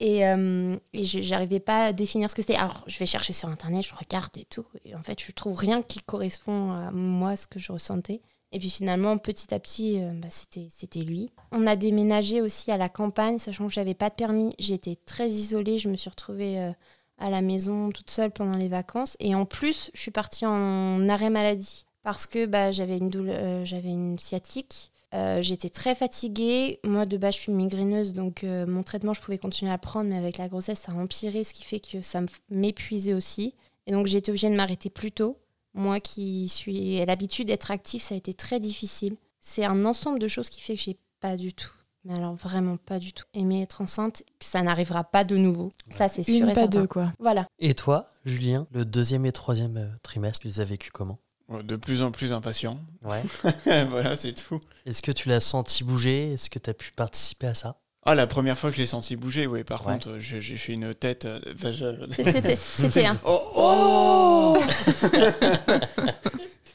[SPEAKER 4] Et, euh, et je- j'arrivais pas à définir ce que c'était. Alors, je vais chercher sur internet, je regarde et tout. Et en fait, je trouve rien qui correspond à moi, ce que je ressentais. Et puis finalement, petit à petit, euh, bah, c'était c'était lui. On a déménagé aussi à la campagne, sachant que j'avais pas de permis. J'étais très isolée. Je me suis retrouvée euh, à la maison toute seule pendant les vacances. Et en plus, je suis partie en arrêt maladie parce que bah, j'avais une douleur, euh, j'avais une sciatique. Euh, j'étais très fatiguée. Moi, de base, je suis migraineuse, donc euh, mon traitement, je pouvais continuer à le prendre, mais avec la grossesse, ça a empiré, ce qui fait que ça me f- m'épuisait aussi. Et donc, j'ai été obligée de m'arrêter plus tôt. Moi qui suis à l'habitude d'être active, ça a été très difficile. C'est un ensemble de choses qui fait que j'ai pas du tout, mais alors vraiment pas du tout, aimé être enceinte. Ça n'arrivera pas de nouveau. Ça, c'est sûr
[SPEAKER 1] Une,
[SPEAKER 4] et
[SPEAKER 1] pas
[SPEAKER 4] certain.
[SPEAKER 1] deux, quoi.
[SPEAKER 4] Voilà.
[SPEAKER 2] [laughs] Et toi, Julien, le deuxième et troisième euh, trimestre, tu les as vécu comment
[SPEAKER 3] Ouais, De plus en plus impatient.
[SPEAKER 2] Ouais.
[SPEAKER 3] [laughs] voilà, c'est tout.
[SPEAKER 2] [laughs] Est-ce que tu l'as senti bouger Est-ce que tu as pu participer à ça
[SPEAKER 3] Ah, la première fois que je l'ai senti bouger, oui. Par
[SPEAKER 2] Ouais.
[SPEAKER 3] contre, euh, j'ai j'ai fait une tête. euh, Oh, enfin, je- [laughs]
[SPEAKER 4] C'était- C'était c'était un.
[SPEAKER 3] Oh, oh [laughs]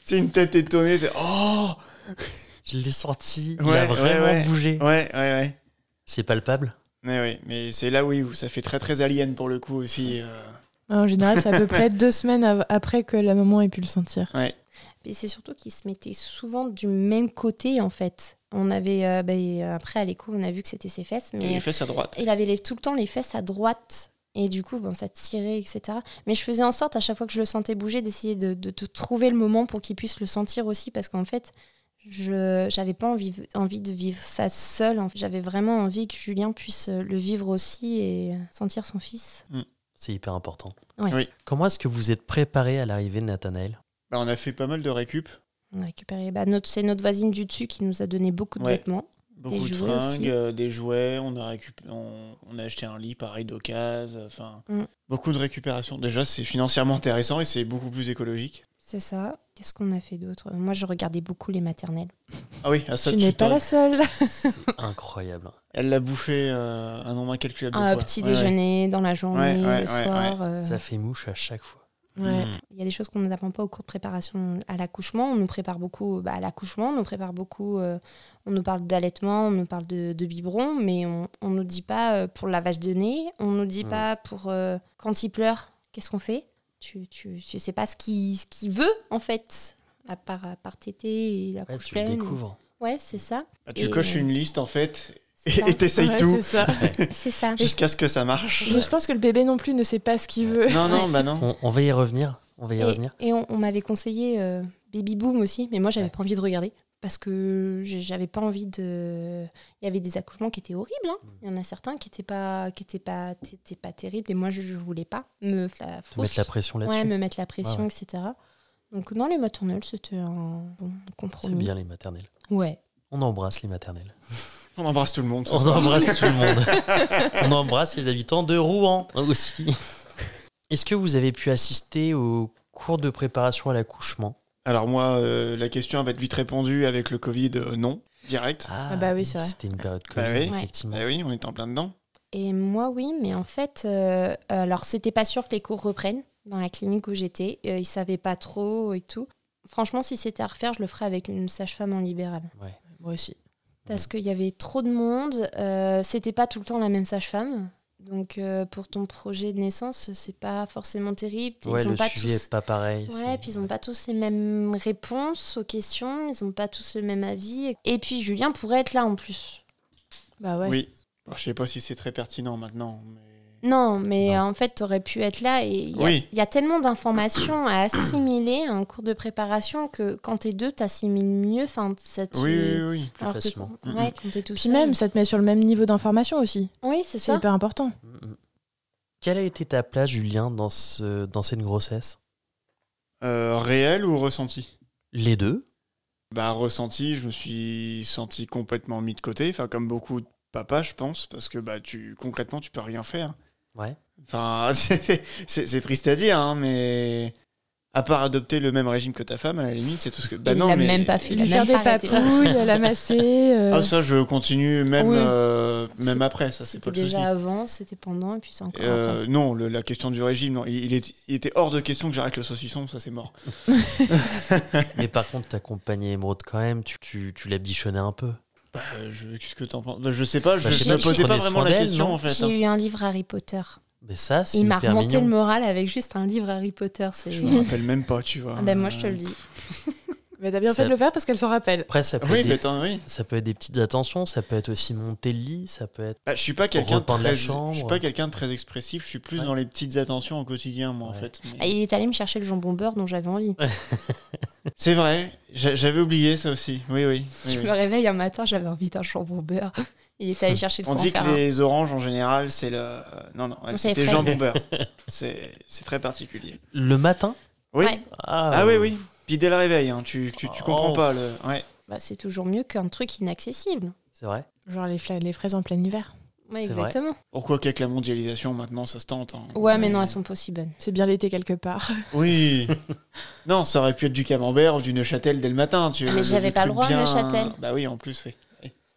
[SPEAKER 3] C'est une tête étonnée. t'es, Oh
[SPEAKER 2] Je l'ai senti, il
[SPEAKER 3] Ouais,
[SPEAKER 2] a
[SPEAKER 3] ouais,
[SPEAKER 2] vraiment
[SPEAKER 3] ouais.
[SPEAKER 2] bougé.
[SPEAKER 3] Ouais, ouais, ouais.
[SPEAKER 2] C'est palpable.
[SPEAKER 3] Mais oui, mais c'est là oui, où ça fait très très alien pour le coup aussi. euh.
[SPEAKER 1] En général, c'est à peu
[SPEAKER 3] [laughs]
[SPEAKER 1] près deux semaines av- après que la maman ait pu le sentir.
[SPEAKER 3] Ouais.
[SPEAKER 4] Et c'est surtout qu'ils se mettaient souvent du même côté, en fait. On avait, euh, ben, après, à l'écho, on a vu que c'était ses fesses,
[SPEAKER 3] Et
[SPEAKER 4] mais
[SPEAKER 3] les fesses à droite.
[SPEAKER 4] il avait les- tout le temps les fesses à droite. Et du coup, bon, ça tirait, etc. Mais je faisais en sorte, à chaque fois que je le sentais bouger, d'essayer de, de- de trouver le moment pour qu'il puisse le sentir aussi. Parce qu'en fait, je j'avais pas envie, envie de vivre ça seule. En fait, J'avais vraiment envie que Julien puisse euh, le vivre aussi et sentir son fils.
[SPEAKER 2] C'est hyper important.
[SPEAKER 4] Ouais.
[SPEAKER 3] Oui.
[SPEAKER 2] Comment est-ce que vous êtes préparé à l'arrivée de Nathanaël
[SPEAKER 3] Bah, on a fait pas mal de récup,
[SPEAKER 4] On a récupéré. bah, notre- C'est notre voisine du dessus qui nous a donné beaucoup de
[SPEAKER 3] Ouais.
[SPEAKER 4] vêtements.
[SPEAKER 3] beaucoup de
[SPEAKER 4] jouets aussi.
[SPEAKER 3] fringues, euh, des jouets. On a récup... on... on a acheté un lit pareil d'occasion. Enfin,
[SPEAKER 4] Mm.
[SPEAKER 3] beaucoup de récupération. Déjà, c'est financièrement intéressant et c'est beaucoup plus écologique.
[SPEAKER 4] C'est ça. Qu'est-ce qu'on a fait d'autre Moi, je regardais beaucoup les maternelles.
[SPEAKER 3] Ah oui, à ça
[SPEAKER 1] tu n'es pas
[SPEAKER 3] t'en-
[SPEAKER 1] la
[SPEAKER 3] [laughs]
[SPEAKER 1] seule.
[SPEAKER 2] C'est incroyable.
[SPEAKER 3] Elle l'a bouffé euh, un nombre incalculable de
[SPEAKER 4] Un
[SPEAKER 3] fois.
[SPEAKER 4] petit
[SPEAKER 3] Ouais, ouais.
[SPEAKER 4] déjeuner, dans la journée,
[SPEAKER 3] Ouais, ouais,
[SPEAKER 4] le
[SPEAKER 3] ouais,
[SPEAKER 4] soir. euh,
[SPEAKER 2] Ça fait mouche à chaque fois.
[SPEAKER 1] Ouais.
[SPEAKER 3] Mm.
[SPEAKER 4] Il y a des choses qu'on n'apprend pas au cours de préparation à l'accouchement. On nous prépare beaucoup bah, à l'accouchement, on nous prépare beaucoup, euh, on nous parle d'allaitement, on nous parle de, de biberon, mais on ne nous dit pas euh, pour le lavage de nez, on ne nous dit
[SPEAKER 2] Mm.
[SPEAKER 4] pas pour euh, quand il pleure, qu'est-ce qu'on fait Tu tu, tu sais pas ce qu'il ce qu'il veut, en fait, à part, à part téter et la
[SPEAKER 2] Ouais,
[SPEAKER 4] couche
[SPEAKER 2] tu le
[SPEAKER 4] pleine.
[SPEAKER 2] découvres.
[SPEAKER 4] Ouais, c'est ça.
[SPEAKER 3] Bah, tu
[SPEAKER 4] Et-
[SPEAKER 3] coches une liste en fait [laughs]
[SPEAKER 4] C'est ça.
[SPEAKER 3] et et t'essayes
[SPEAKER 1] Ouais,
[SPEAKER 3] tout
[SPEAKER 1] c'est ça.
[SPEAKER 4] C'est ça.
[SPEAKER 3] jusqu'à ce que ça marche.
[SPEAKER 1] Mais je pense que le bébé non plus ne sait pas ce qu'il veut.
[SPEAKER 3] Non, non, bah non.
[SPEAKER 2] On, on va y revenir. On va y
[SPEAKER 4] Et,
[SPEAKER 2] revenir.
[SPEAKER 4] et on, on m'avait conseillé euh, Baby Boom aussi, mais moi j'avais pas envie de regarder parce que j'ai- j'avais pas envie de. Il y avait des accouchements qui étaient horribles.
[SPEAKER 2] Mm.
[SPEAKER 4] hein. Il y en a certains qui étaient pas, qui étaient pas, qui étaient pas terribles et moi je, je voulais pas me la
[SPEAKER 2] Te mettre la pression là-dessus.
[SPEAKER 4] ouais, me mettre la pression,
[SPEAKER 2] ouais.
[SPEAKER 4] etc. Donc non, les maternelles c'était un bon
[SPEAKER 2] C'est
[SPEAKER 4] compromis.
[SPEAKER 2] bien les maternelles.
[SPEAKER 4] Ouais.
[SPEAKER 2] On embrasse les maternelles. [laughs]
[SPEAKER 3] On embrasse tout le monde. ça.
[SPEAKER 2] On embrasse tout le monde. On embrasse les habitants de Rouen aussi. Est-ce que vous avez pu assister aux cours de préparation à l'accouchement
[SPEAKER 3] [laughs] Alors moi, euh, la question va être vite répondue avec le Covid, euh, non, direct.
[SPEAKER 1] Ah bah oui, c'est vrai.
[SPEAKER 2] C'était une période
[SPEAKER 3] Bah
[SPEAKER 2] Covid,
[SPEAKER 3] oui.
[SPEAKER 2] effectivement.
[SPEAKER 3] Bah oui, on est en plein dedans.
[SPEAKER 4] Et moi, oui, mais en fait, euh, alors c'était pas sûr que les cours reprennent dans la clinique où j'étais. Euh, ils savaient pas trop et tout. Franchement, si c'était à refaire, je le ferais avec une sage-femme en libéral.
[SPEAKER 1] Moi aussi.
[SPEAKER 4] Parce qu'il y avait trop de monde. euh, c'était pas tout le temps la même sage-femme. Donc euh, pour ton projet de naissance, c'est pas forcément terrible.
[SPEAKER 2] Ouais,
[SPEAKER 4] ils ont
[SPEAKER 2] le
[SPEAKER 4] pas
[SPEAKER 2] suivi n'est
[SPEAKER 4] tous...
[SPEAKER 2] pas pareil.
[SPEAKER 4] Ouais,
[SPEAKER 2] c'est-
[SPEAKER 4] puis ils n'ont pas tous les mêmes réponses aux questions, ils n'ont pas tous le même avis. Et puis Julien pourrait être là en plus.
[SPEAKER 1] Bah ouais.
[SPEAKER 3] Oui. Alors, je sais pas si c'est très pertinent maintenant, mais
[SPEAKER 4] Non, mais
[SPEAKER 2] Non.
[SPEAKER 4] euh, en fait, tu aurais pu être là. Et il y, a-
[SPEAKER 3] Oui.
[SPEAKER 4] il y a tellement d'informations à assimiler à un cours de préparation que quand t'es deux, t'assimiles mieux. Enfin, ça te-
[SPEAKER 3] oui, oui, oui.
[SPEAKER 2] Plus
[SPEAKER 4] que
[SPEAKER 2] facilement. Mm,
[SPEAKER 4] quand- ouais, quand t'es tout
[SPEAKER 1] Puis
[SPEAKER 4] seul.
[SPEAKER 1] même, ça te met sur le même niveau d'information aussi.
[SPEAKER 4] Oui, c'est
[SPEAKER 1] C'est
[SPEAKER 4] ça.
[SPEAKER 1] hyper important.
[SPEAKER 2] Mhm. Quelle a été ta place, Julien, dans, ce, dans cette grossesse
[SPEAKER 3] Euh, réel ou ressenti
[SPEAKER 2] Les deux
[SPEAKER 3] Bah ressenti, je me suis senti complètement mis de côté, enfin comme beaucoup de papas, je pense, parce que bah tu concrètement tu peux rien faire.
[SPEAKER 2] Ouais.
[SPEAKER 3] Enfin, [laughs] c'est c'est- c'est triste à dire, hein, mais à part adopter le même régime que ta femme, à la limite, c'est tout ce que. Bah
[SPEAKER 4] Il
[SPEAKER 3] non,
[SPEAKER 4] l'a
[SPEAKER 3] mais-
[SPEAKER 4] même pas fait. Il a
[SPEAKER 1] Lui faire
[SPEAKER 4] même
[SPEAKER 1] des
[SPEAKER 4] pas arrêté.
[SPEAKER 1] papouilles, la masser. euh,
[SPEAKER 3] Ah ça, je continue même
[SPEAKER 1] Oui.
[SPEAKER 3] euh, même
[SPEAKER 4] C'est-
[SPEAKER 3] après, ça c'est
[SPEAKER 4] C'était
[SPEAKER 3] pas le souci.
[SPEAKER 4] déjà avant, c'était pendant, et puis c'est encore après.
[SPEAKER 3] Euh, non, le- la question du régime, non, il, il est- il était hors de question que j'arrête le saucisson, ça c'est mort.
[SPEAKER 2] Mais par contre, t'accompagnais Emeraude quand même, tu, tu, tu l'as bichonné un peu.
[SPEAKER 3] Bah, je, qu'est-ce que t'en penses Bah, Je sais pas, je,
[SPEAKER 2] Bah,
[SPEAKER 3] je
[SPEAKER 4] j'ai-
[SPEAKER 3] me
[SPEAKER 4] j'ai-
[SPEAKER 3] posais pas
[SPEAKER 2] prenais
[SPEAKER 3] vraiment
[SPEAKER 2] soin
[SPEAKER 3] la
[SPEAKER 2] d'elle,
[SPEAKER 3] question
[SPEAKER 2] non
[SPEAKER 3] en fait. hein.
[SPEAKER 4] J'ai eu un livre Harry Potter.
[SPEAKER 2] Mais ça, c'est
[SPEAKER 4] Il m'a
[SPEAKER 2] hyper
[SPEAKER 4] remonté le
[SPEAKER 2] mignon.
[SPEAKER 4] moral avec juste un livre Harry Potter. C'est...
[SPEAKER 3] Je me rappelle même pas, tu vois.
[SPEAKER 4] Ah ben moi, je te le dis.
[SPEAKER 1] Bah t'as bien
[SPEAKER 2] Ça-
[SPEAKER 1] fait de le faire parce qu'elle s'en rappelle.
[SPEAKER 2] Après, ça peut,
[SPEAKER 3] Oui,
[SPEAKER 2] être
[SPEAKER 3] mais
[SPEAKER 2] des,
[SPEAKER 3] attends, oui.
[SPEAKER 2] ça peut être des petites attentions, ça peut être aussi monter le lit, ça peut être.
[SPEAKER 3] Bah, je suis pas quelqu'un de
[SPEAKER 2] repeint de la
[SPEAKER 3] très,
[SPEAKER 2] chambre.
[SPEAKER 3] je suis pas quelqu'un de très expressif. Je suis plus
[SPEAKER 2] Ouais.
[SPEAKER 3] dans les petites attentions au quotidien, moi, en
[SPEAKER 2] Ouais.
[SPEAKER 3] fait. Mais-
[SPEAKER 4] Ah, Il est allé me chercher le jambon beurre dont j'avais envie.
[SPEAKER 3] C'est vrai, j'a- j'avais oublié ça aussi. Oui, oui. oui,
[SPEAKER 4] Je
[SPEAKER 3] Ah, oui.
[SPEAKER 4] me réveille un matin, j'avais envie d'un jambon beurre. Il est allé chercher de
[SPEAKER 3] On
[SPEAKER 4] quoi en
[SPEAKER 3] dit que
[SPEAKER 4] faire un.
[SPEAKER 3] les oranges en général, c'est le. euh, Non, non,
[SPEAKER 4] On
[SPEAKER 3] c'était
[SPEAKER 4] sait,
[SPEAKER 3] jambon beurre. C'est c'est très particulier.
[SPEAKER 2] Le matin
[SPEAKER 3] Oui.
[SPEAKER 4] Ouais.
[SPEAKER 2] Ah,
[SPEAKER 3] Ah oui, oui. Puis dès le réveil, hein, tu, tu, tu comprends
[SPEAKER 2] Oh.
[SPEAKER 3] pas le. Ouais.
[SPEAKER 4] Bah, c'est toujours mieux qu'un truc inaccessible.
[SPEAKER 2] C'est vrai.
[SPEAKER 1] Genre les, fla- les fraises en plein hiver.
[SPEAKER 4] Ouais,
[SPEAKER 2] C'est vrai.
[SPEAKER 4] exactement.
[SPEAKER 3] Pourquoi qu'avec la mondialisation, maintenant, ça se tente. hein.
[SPEAKER 4] Ouais, mais non, elles sont pas aussi bonnes.
[SPEAKER 1] C'est bien l'été quelque part. [laughs]
[SPEAKER 3] Oui. [laughs] non, ça aurait pu être du camembert ou du Neuchâtel dès le matin. Tu
[SPEAKER 4] Ah,
[SPEAKER 3] vois,
[SPEAKER 4] mais j'avais pas le
[SPEAKER 3] truc
[SPEAKER 4] droit, Neuchâtel.
[SPEAKER 3] Bah oui, en plus, oui.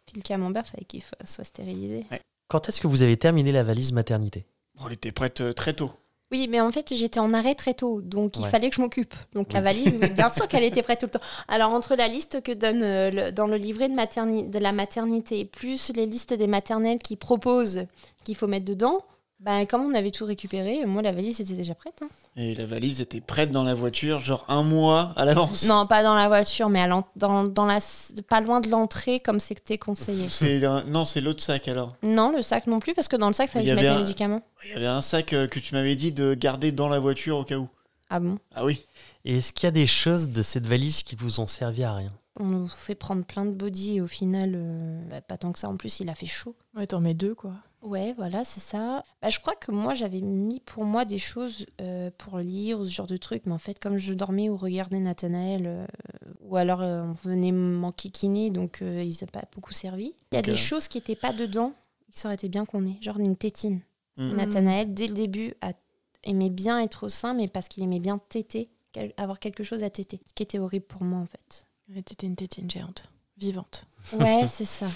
[SPEAKER 4] Puis le camembert, fallait qu'il fa- soit stérilisé.
[SPEAKER 2] Quand est-ce que vous avez terminé la valise maternité
[SPEAKER 3] Bon, elle était prête euh, très tôt.
[SPEAKER 4] Oui, mais en fait, j'étais en arrêt très tôt, donc il
[SPEAKER 2] Ouais.
[SPEAKER 4] fallait que je m'occupe. Donc la valise, oui, bien
[SPEAKER 3] [laughs]
[SPEAKER 4] sûr qu'elle était prête tout le temps. Alors, entre la liste que donne euh, le- dans le livret de, materni- de la maternité, plus les listes des maternelles qui proposent qu'il faut mettre dedans, ben, comme on avait tout récupéré, moi, la valise était déjà prête. hein.
[SPEAKER 3] Et la valise était prête dans la voiture, genre un mois à l'avance.
[SPEAKER 4] Non, pas dans la voiture, mais à l'en- dans, dans la, s- pas loin de l'entrée, comme c'était conseillé.
[SPEAKER 3] C'est un- Non, c'est l'autre sac alors.
[SPEAKER 4] Non, le sac non plus, parce que dans le sac, il fallait
[SPEAKER 3] Il y
[SPEAKER 4] que je mette
[SPEAKER 3] avait
[SPEAKER 4] mes
[SPEAKER 3] un-
[SPEAKER 4] médicaments.
[SPEAKER 3] Il y avait un sac euh, que tu m'avais dit de garder dans la voiture au cas où.
[SPEAKER 4] Ah bon
[SPEAKER 3] Ah oui.
[SPEAKER 2] Et est-ce qu'il y a des choses de cette valise qui vous ont servi à rien
[SPEAKER 4] On nous fait prendre plein de body et au final, euh, bah, pas tant que ça. En plus, il a fait chaud.
[SPEAKER 1] Ouais, t'en mets deux, quoi.
[SPEAKER 4] Ouais, voilà, c'est ça. Bah, je crois que moi, j'avais mis pour moi des choses euh, pour lire ou ce genre de trucs, mais en fait, comme je dormais ou regardais Nathanaël, euh, ou alors euh, on venait m'enquiquiner, donc euh, ils n'ont pas beaucoup servi. Il y a
[SPEAKER 3] Ok.
[SPEAKER 4] des choses qui n'étaient pas dedans, qui aurait été bien qu'on ait, genre une tétine.
[SPEAKER 3] Mm.
[SPEAKER 4] Nathanaël, dès le début, a- aimait bien être au sein, mais parce qu'il aimait bien téter, quel- avoir quelque chose à téter, ce qui était horrible pour moi, en fait.
[SPEAKER 1] Ouais, T'étais une tétine géante, vivante.
[SPEAKER 4] Ouais, c'est ça.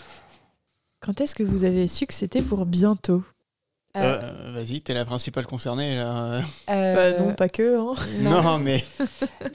[SPEAKER 1] Quand est-ce que vous avez su que c'était pour bientôt
[SPEAKER 4] Euh,
[SPEAKER 3] Euh, Vas-y, t'es la principale concernée là.
[SPEAKER 4] [laughs]
[SPEAKER 1] Bah
[SPEAKER 4] euh,
[SPEAKER 1] non, pas que, hein. [laughs]
[SPEAKER 3] Non, mais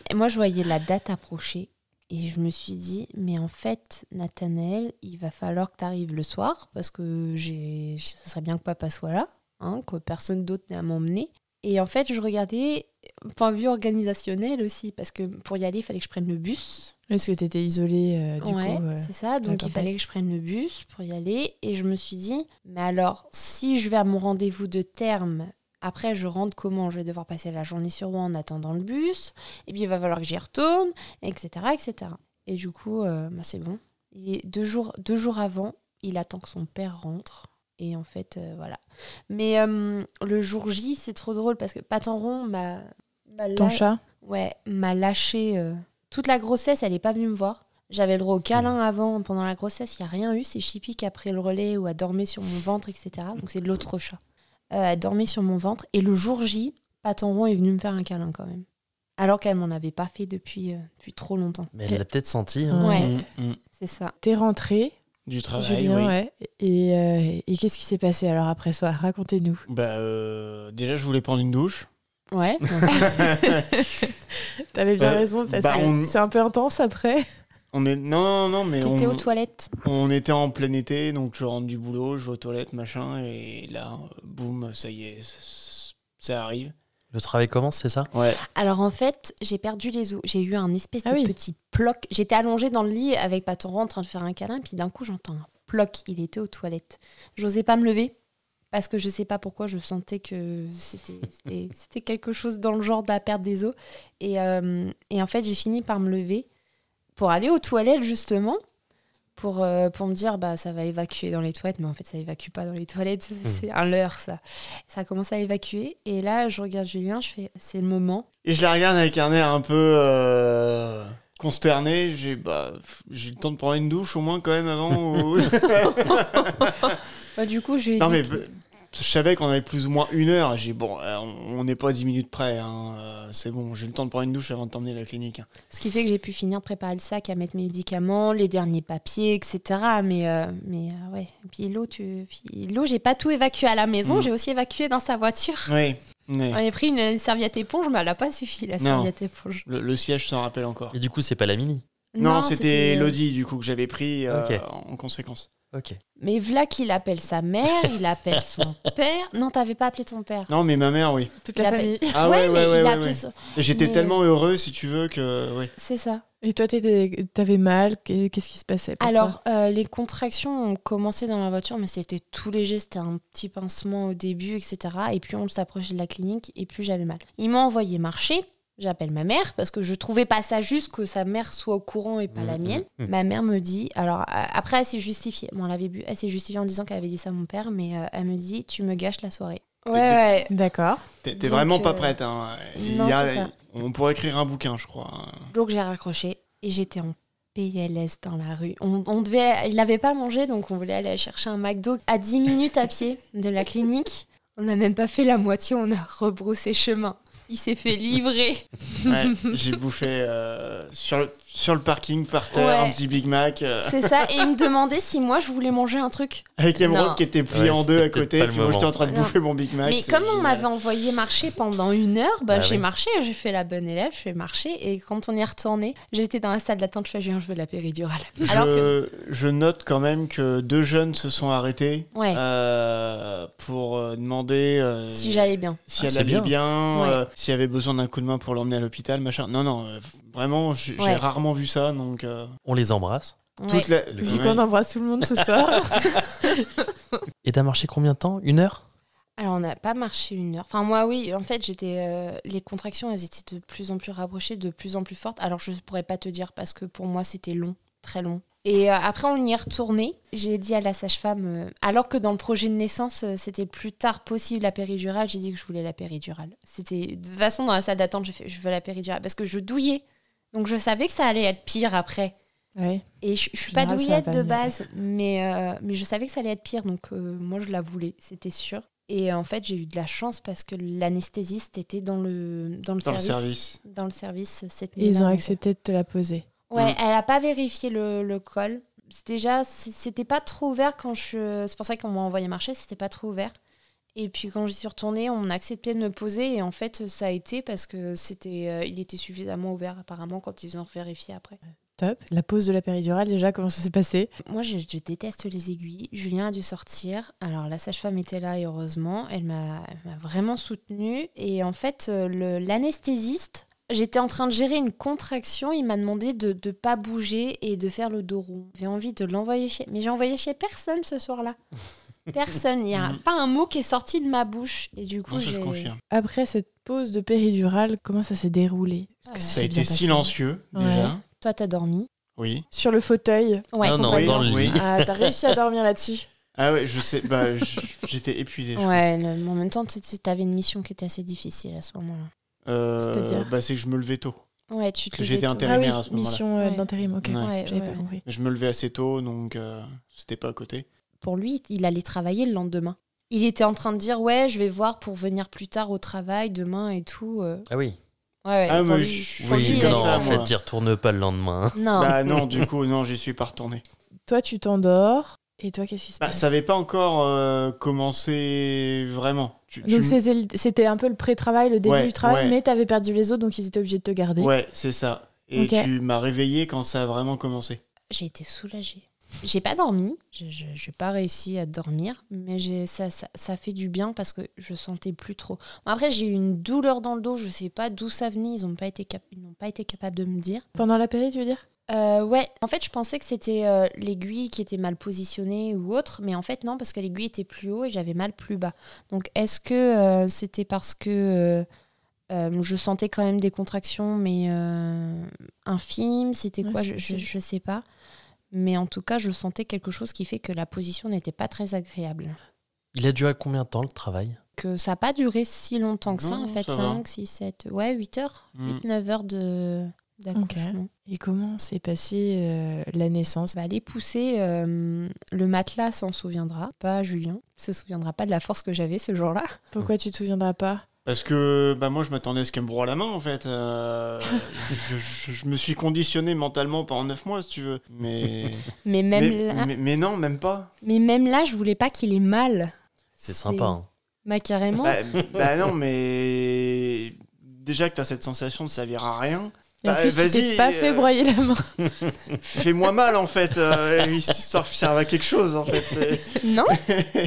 [SPEAKER 4] Et moi, je voyais la date approcher et je me suis dit, mais en fait, Nathanaël, il va falloir que tu arrives le soir parce que j'ai- ça serait bien que papa soit là, hein, que personne d'autre n'ait à m'emmener. Et en fait, je regardais, point de vue organisationnel aussi, parce que pour y aller, il fallait que je prenne le bus.
[SPEAKER 1] Est-ce que t'étais isolée, euh, du
[SPEAKER 4] ouais,
[SPEAKER 1] coup euh,
[SPEAKER 4] c'est ça. Donc il
[SPEAKER 1] campagne.
[SPEAKER 4] fallait que je prenne le bus pour y aller. Et je me suis dit, mais alors, si je vais à mon rendez-vous de terme, après je rentre comment Je vais devoir passer la journée sur moi en attendant le bus. Et puis il va falloir que j'y retourne, etc. etc. Et du coup, euh, bah, c'est bon. Et deux jours, deux jours avant, il attend que son père rentre. Et en fait, euh, voilà. Mais euh, le jour J, c'est trop drôle parce que Patanron m'a. m'a
[SPEAKER 1] Ton
[SPEAKER 4] la-
[SPEAKER 1] chat
[SPEAKER 4] Ouais, m'a lâché. euh, Toute la grossesse, elle n'est pas venue me voir. J'avais le droit au câlin avant. Pendant la grossesse, il n'y a rien eu. C'est Chippy qui a pris le relais ou a dormi sur mon ventre, etc. Donc c'est de l'autre chat. Euh, elle dormait sur mon ventre. Et le jour J, Patanron est venu me faire un câlin quand même. Alors qu'elle m'en avait pas fait depuis, euh, depuis trop longtemps.
[SPEAKER 2] Mais elle l'a peut-être senti. hein.
[SPEAKER 1] Ouais.
[SPEAKER 3] Mm, mm.
[SPEAKER 4] C'est ça.
[SPEAKER 1] T'es rentrée,
[SPEAKER 3] du travail.
[SPEAKER 1] Julien,
[SPEAKER 3] oui.
[SPEAKER 1] ouais. Et, euh, et qu'est-ce qui s'est passé alors après ça Racontez-nous. [laughs]
[SPEAKER 3] Bah euh, déjà, je voulais prendre une douche.
[SPEAKER 4] Ouais.
[SPEAKER 1] T'avais bien
[SPEAKER 3] Euh,
[SPEAKER 1] raison, parce
[SPEAKER 3] bah,
[SPEAKER 1] que
[SPEAKER 3] on-
[SPEAKER 1] c'est un peu intense après. [laughs]
[SPEAKER 3] On est non non non mais
[SPEAKER 4] T'étais
[SPEAKER 3] on,
[SPEAKER 4] aux toilettes.
[SPEAKER 3] on était en plein été donc je rentre du boulot, je vais aux toilettes machin et là euh, boum ça y est c- c- ça arrive.
[SPEAKER 2] Le travail commence, c'est ça
[SPEAKER 3] Ouais.
[SPEAKER 4] Alors en fait, j'ai perdu les os. J'ai eu un espèce
[SPEAKER 1] Ah
[SPEAKER 4] de
[SPEAKER 1] oui.
[SPEAKER 4] petit ploc. J'étais allongée dans le lit avec Patoran en train hein, de faire un câlin, puis d'un coup j'entends un ploc. Il était aux toilettes. J'osais pas me lever parce que je sais pas pourquoi je sentais que c'était- [laughs] c'était c'était quelque chose dans le genre de la perte des os. Et, euh, et en fait, j'ai fini par me lever pour aller aux toilettes justement. Pour, euh, pour me dire, bah, ça va évacuer dans les toilettes, mais en fait, ça évacue pas dans les toilettes, [laughs] c'est-
[SPEAKER 1] Hmm.
[SPEAKER 4] c'est un leurre, ça. Ça commence à évacuer, et là, je regarde Julien, je fais, c'est le moment,
[SPEAKER 3] Et je la regarde avec un air un peu euh, consterné. J'ai bah pff, j'ai le temps de prendre une douche au moins quand même avant. [laughs] ou-
[SPEAKER 4] Bah, du coup, je lui ai
[SPEAKER 3] non
[SPEAKER 4] dit
[SPEAKER 3] mais
[SPEAKER 4] que-
[SPEAKER 3] euh, je savais qu'on avait plus ou moins une heure. J'ai bon euh, on on n'est pas à 10 minutes près. hein, euh, C'est bon j'ai le temps de prendre une douche avant de t'emmener à la clinique. hein.
[SPEAKER 4] Ce qui fait que j'ai pu finir de préparer le sac, à mettre mes médicaments, les derniers papiers, etc. Mais, euh, mais euh, ouais. Et puis l'eau, tu... puis l'eau, j'ai pas tout évacué à la maison,
[SPEAKER 3] Mm.
[SPEAKER 4] j'ai aussi évacué dans sa voiture.
[SPEAKER 3] Oui. oui.
[SPEAKER 4] On avait pris une, une serviette éponge, mais elle a pas suffi, la
[SPEAKER 3] Non.
[SPEAKER 4] serviette éponge.
[SPEAKER 3] Le, le siège s'en rappelle encore.
[SPEAKER 2] Et du coup, c'est pas la mini.
[SPEAKER 3] Non,
[SPEAKER 4] euh,
[SPEAKER 3] c'était Elodie du coup que j'avais pris euh,
[SPEAKER 2] Ok.
[SPEAKER 3] en conséquence.
[SPEAKER 2] Ok.
[SPEAKER 4] Mais voilà qu'il appelle sa mère, il appelle
[SPEAKER 3] [laughs]
[SPEAKER 4] son père. Non, t'avais pas appelé ton père.
[SPEAKER 3] Non, mais ma mère, oui.
[SPEAKER 1] Toute la
[SPEAKER 4] La paix.
[SPEAKER 1] famille.
[SPEAKER 3] Ah ouais, ouais,
[SPEAKER 4] mais
[SPEAKER 3] ouais.
[SPEAKER 4] il
[SPEAKER 3] ouais,
[SPEAKER 4] a appelé
[SPEAKER 3] ouais.
[SPEAKER 4] son-
[SPEAKER 3] Et J'étais
[SPEAKER 4] mais-
[SPEAKER 3] tellement heureux, si tu veux, que. ouais.
[SPEAKER 4] C'est ça.
[SPEAKER 1] Et toi, t'étais- t'avais mal Qu'est- Qu'est-ce qui se passait pour toi
[SPEAKER 4] Alors, euh, les contractions ont commencé dans la voiture, mais c'était tout léger, c'était un petit pincement au début, etc. Et puis on s'approchait de la clinique, et plus j'avais mal. Il m'a envoyé marcher. J'appelle ma mère parce que je trouvais pas ça juste que sa mère soit au courant et pas
[SPEAKER 1] Mm,
[SPEAKER 4] la
[SPEAKER 2] Mhm.
[SPEAKER 4] mienne.
[SPEAKER 2] Mhm.
[SPEAKER 4] Ma mère me dit, alors euh, après elle s'est justifiée, bon, elle avait bu, elle s'est justifiée en disant qu'elle avait dit ça à mon père, mais euh, elle me dit tu me gâches la soirée. Ouais ouais.
[SPEAKER 1] D'accord.
[SPEAKER 3] T'es t'es
[SPEAKER 4] Donc,
[SPEAKER 3] vraiment pas
[SPEAKER 4] euh,
[SPEAKER 3] prête. Hein. Il y
[SPEAKER 4] non,
[SPEAKER 3] a-
[SPEAKER 4] c'est ça.
[SPEAKER 3] On pourrait écrire un bouquin, je crois. hein.
[SPEAKER 4] Donc j'ai raccroché et j'étais en PLS dans la rue. On, on devait, il n'avait pas mangé, donc on voulait aller chercher un McDo à 10 minutes à pied de la clinique. On n'a même pas fait la moitié, on a rebroussé chemin. Il s'est fait livrer.
[SPEAKER 3] [laughs] Ouais, J'ai bouffé euh, sur, le- sur le parking, par terre,
[SPEAKER 4] Ouais.
[SPEAKER 3] un petit Big Mac, euh,
[SPEAKER 4] C'est ça. Et il me demandait si moi je voulais manger un truc.
[SPEAKER 3] avec Emerald
[SPEAKER 4] Non.
[SPEAKER 3] qui était plié
[SPEAKER 2] Ouais,
[SPEAKER 3] en
[SPEAKER 2] c'était
[SPEAKER 3] deux à
[SPEAKER 2] peut-être
[SPEAKER 3] côté,
[SPEAKER 2] pas
[SPEAKER 3] et
[SPEAKER 2] le
[SPEAKER 3] puis moi j'étais en
[SPEAKER 2] moment.
[SPEAKER 3] train de
[SPEAKER 4] Non.
[SPEAKER 3] bouffer mon Big Mac.
[SPEAKER 4] Mais
[SPEAKER 3] Ah, c'est
[SPEAKER 4] comme on
[SPEAKER 3] génial. Ah
[SPEAKER 4] m'avait envoyé marcher pendant une heure, bah,
[SPEAKER 2] Bah
[SPEAKER 4] j'ai
[SPEAKER 2] oui.
[SPEAKER 4] marché, j'ai fait la bonne élève, je fais marcher. Et quand on y est retourné, j'étais dans la salle d'attente, je fais J'ai un cheveu de la péridurale.
[SPEAKER 3] je,
[SPEAKER 4] Alors que.
[SPEAKER 3] je note quand même que deux jeunes se sont arrêtés
[SPEAKER 4] Ouais,
[SPEAKER 3] euh, pour euh, demander euh,
[SPEAKER 4] si j'allais bien.
[SPEAKER 3] si
[SPEAKER 2] Ah,
[SPEAKER 3] elle
[SPEAKER 2] c'est
[SPEAKER 3] allait bien,
[SPEAKER 2] bien.
[SPEAKER 4] Ouais.
[SPEAKER 3] euh, s'il y avait besoin d'un coup de main pour l'emmener à l'hôpital, machin. Non, non, euh, vraiment, j'ai j'ai
[SPEAKER 4] Ouais.
[SPEAKER 3] rarement vu ça. Donc, euh,
[SPEAKER 2] On les embrasse.
[SPEAKER 4] Ouais.
[SPEAKER 3] toute la...
[SPEAKER 1] Vu
[SPEAKER 3] Ouais.
[SPEAKER 1] qu'on embrasse tout le monde ce soir.
[SPEAKER 2] Et t'as marché combien de temps Une heure
[SPEAKER 4] Alors on n'a pas marché une heure. Enfin moi oui, en fait j'étais euh, les contractions elles étaient de plus en plus rapprochées, de plus en plus fortes. Alors je ne pourrais pas te dire parce que pour moi c'était long, très long. Et euh, après on y est retourné. J'ai dit à la sage-femme, euh, alors que dans le projet de naissance euh, c'était le plus tard possible la péridurale, j'ai dit que je voulais la péridurale. C'était de toute façon dans la salle d'attente je, je veux la péridurale parce que je douillais. Donc je savais que ça allait être pire après.
[SPEAKER 1] [laughs] Ouais.
[SPEAKER 4] Et je, je suis pas
[SPEAKER 1] Général, ça va
[SPEAKER 4] douillette
[SPEAKER 1] pas
[SPEAKER 4] de
[SPEAKER 1] mieux.
[SPEAKER 4] base, mais, euh, mais je savais que ça allait être pire, donc euh, moi je la voulais, c'était sûr. Et euh, en fait, j'ai eu de la chance parce que l'anesthésiste était dans le, dans le
[SPEAKER 3] Dans le
[SPEAKER 4] service.
[SPEAKER 3] service.
[SPEAKER 4] Dans le service cette
[SPEAKER 1] Et ils
[SPEAKER 4] nuit-là,
[SPEAKER 1] ont
[SPEAKER 4] donc.
[SPEAKER 1] accepté de te la poser.
[SPEAKER 4] Ouais,
[SPEAKER 3] Mm.
[SPEAKER 4] elle a pas vérifié le, le col. C'est Déjà, c- c'était pas trop ouvert quand je. C'est pour ça qu'on m'a envoyé marcher, c'était pas trop ouvert. Et puis quand j'y suis retournée, on a accepté de me poser et en fait, ça a été parce que c'était, euh, il était suffisamment ouvert apparemment quand ils ont vérifié après.
[SPEAKER 1] Top. La pose de la péridurale, déjà, comment ça s'est passé
[SPEAKER 4] Moi, je, je déteste les aiguilles. Julien a dû sortir. Alors, la sage-femme était là, et heureusement. Elle m'a elle m'a vraiment soutenue. Et en fait, euh, le- l'anesthésiste, j'étais en train de gérer une contraction. Il m'a demandé de ne pas bouger et de faire le dos rond. J'avais envie de l'envoyer chez. Mais j'ai envoyé chez personne ce soir-là. Personne. Il n'y a pas un mot qui est sorti de ma bouche. Et du coup,
[SPEAKER 3] Non, ça, je
[SPEAKER 4] j'ai-
[SPEAKER 3] confirme.
[SPEAKER 1] Après cette pause de péridurale, comment ça s'est déroulé Est-ce ça
[SPEAKER 3] Ça a
[SPEAKER 4] Ouais.
[SPEAKER 1] s'est bien
[SPEAKER 3] été
[SPEAKER 1] passé
[SPEAKER 3] silencieux,
[SPEAKER 1] Ouais.
[SPEAKER 3] déjà.
[SPEAKER 4] Toi, t'as dormi
[SPEAKER 3] Oui.
[SPEAKER 1] Sur le
[SPEAKER 3] [laughs]
[SPEAKER 1] fauteuil.
[SPEAKER 4] Ouais,
[SPEAKER 2] Non, non,
[SPEAKER 4] complètement.
[SPEAKER 2] dans le
[SPEAKER 3] Oui.
[SPEAKER 2] lit.
[SPEAKER 1] Ah, t'as réussi à dormir là-dessus.
[SPEAKER 3] Ah ouais, je sais, bah, je- [laughs] j'étais épuisé. je
[SPEAKER 4] Ouais, le- mais en même temps, t- t- t'avais une mission qui était assez difficile à ce moment-là.
[SPEAKER 3] Euh,
[SPEAKER 1] C'est-à-dire
[SPEAKER 3] bah, C'est que je me levais tôt.
[SPEAKER 4] Ouais, tu te
[SPEAKER 3] Que j'étais
[SPEAKER 4] levais tôt.
[SPEAKER 3] inter- Intérimaire à ce moment-là.
[SPEAKER 1] mission euh,
[SPEAKER 4] Ouais.
[SPEAKER 1] d'intérim, ok.
[SPEAKER 3] Ouais.
[SPEAKER 4] Ouais,
[SPEAKER 1] J'avais
[SPEAKER 4] ouais,
[SPEAKER 1] pas
[SPEAKER 4] ouais.
[SPEAKER 1] compris.
[SPEAKER 3] Je me levais assez tôt, donc euh, c'était pas à côté.
[SPEAKER 4] pour lui, il allait travailler le lendemain. Il était en train de dire ouais, je vais voir pour venir plus tard au travail demain et tout. euh.
[SPEAKER 2] Ah oui.
[SPEAKER 4] Ouais, ouais,
[SPEAKER 3] Ah,
[SPEAKER 4] pour
[SPEAKER 3] mais
[SPEAKER 4] lui-
[SPEAKER 3] je-
[SPEAKER 4] pour lui,
[SPEAKER 2] Oui,
[SPEAKER 4] il
[SPEAKER 3] comme
[SPEAKER 2] non,
[SPEAKER 4] allait
[SPEAKER 3] ça,
[SPEAKER 2] en
[SPEAKER 4] travailler.
[SPEAKER 3] moi.
[SPEAKER 2] fait, il retourne pas le lendemain. hein.
[SPEAKER 4] Non.
[SPEAKER 3] Bah non, du coup, non, j'y suis pas retourné.
[SPEAKER 1] Toi, tu t'endors. Et toi, qu'est-ce qui se
[SPEAKER 3] Bah,
[SPEAKER 1] passe
[SPEAKER 3] ça avait pas encore euh, commencé vraiment. Tu- tu
[SPEAKER 1] Donc
[SPEAKER 3] m-
[SPEAKER 1] c'était le- c'était un peu le pré-travail, le début
[SPEAKER 3] Ouais,
[SPEAKER 1] du travail,
[SPEAKER 3] ouais.
[SPEAKER 1] mais t'avais perdu les os, donc ils étaient obligés de te garder.
[SPEAKER 3] Ouais, c'est ça. Et
[SPEAKER 1] Ok.
[SPEAKER 3] tu m'as réveillé quand ça a vraiment commencé.
[SPEAKER 4] J'ai été soulagée. J'ai pas dormi, je- je- j'ai pas réussi à dormir, mais j'ai- ça, ça, ça fait du bien parce que je sentais plus trop. Après, j'ai eu une douleur dans le dos, je sais pas d'où ça venait, ils ont pas été cap- ils n'ont pas été capables de me dire.
[SPEAKER 1] Pendant la péri, tu veux dire
[SPEAKER 4] Euh, ouais, en fait, je pensais que c'était euh, l'aiguille qui était mal positionnée ou autre, mais en fait, non, parce que l'aiguille était plus haut et j'avais mal plus bas. Donc, est-ce que euh, c'était parce que euh, euh, je sentais quand même des contractions, mais euh, infimes C'était
[SPEAKER 1] Ouais,
[SPEAKER 4] quoi
[SPEAKER 1] c'est
[SPEAKER 4] je, je,
[SPEAKER 1] possible.
[SPEAKER 4] je sais pas. Mais en tout cas, je sentais quelque chose qui fait que la position n'était pas très agréable.
[SPEAKER 2] Il a duré combien de temps le travail
[SPEAKER 4] Que ça n'a pas duré si longtemps que ça,
[SPEAKER 3] Non,
[SPEAKER 4] en fait.
[SPEAKER 3] ça va.
[SPEAKER 4] 5, 6, 7, ouais, 8 heures.
[SPEAKER 3] Mm.
[SPEAKER 4] 8, 9 heures de- d'accouchement.
[SPEAKER 1] Et comment s'est passée euh, la naissance
[SPEAKER 4] va aller pousser. euh, le matelas s'en souviendra, pas Julien. Se souviendra pas de la force que j'avais ce jour-là.
[SPEAKER 1] Pourquoi tu te souviendras pas
[SPEAKER 3] Parce que bah, moi, je m'attendais à ce qu'elle me broie la main, en fait. Euh, je, je- je me suis conditionné mentalement pendant 9 mois, si tu veux. Mais,
[SPEAKER 4] Mais même
[SPEAKER 3] mais,
[SPEAKER 4] là, mais...
[SPEAKER 3] mais- mais non, même pas.
[SPEAKER 4] même là, je voulais pas qu'il ait mal.
[SPEAKER 2] C'est sympa. hein.
[SPEAKER 4] Bah carrément.
[SPEAKER 3] Bah, bah non, mais déjà que t'as cette sensation de servir à rien,
[SPEAKER 1] Et en
[SPEAKER 3] Bah,
[SPEAKER 1] plus, tu t'es
[SPEAKER 3] vas-y,
[SPEAKER 1] pas
[SPEAKER 3] euh,
[SPEAKER 1] fait broyer la main.
[SPEAKER 3] fais-moi mal, en fait. Euh, histoire que ça serve à quelque chose, en fait.
[SPEAKER 4] [laughs] [laughs] non Ah,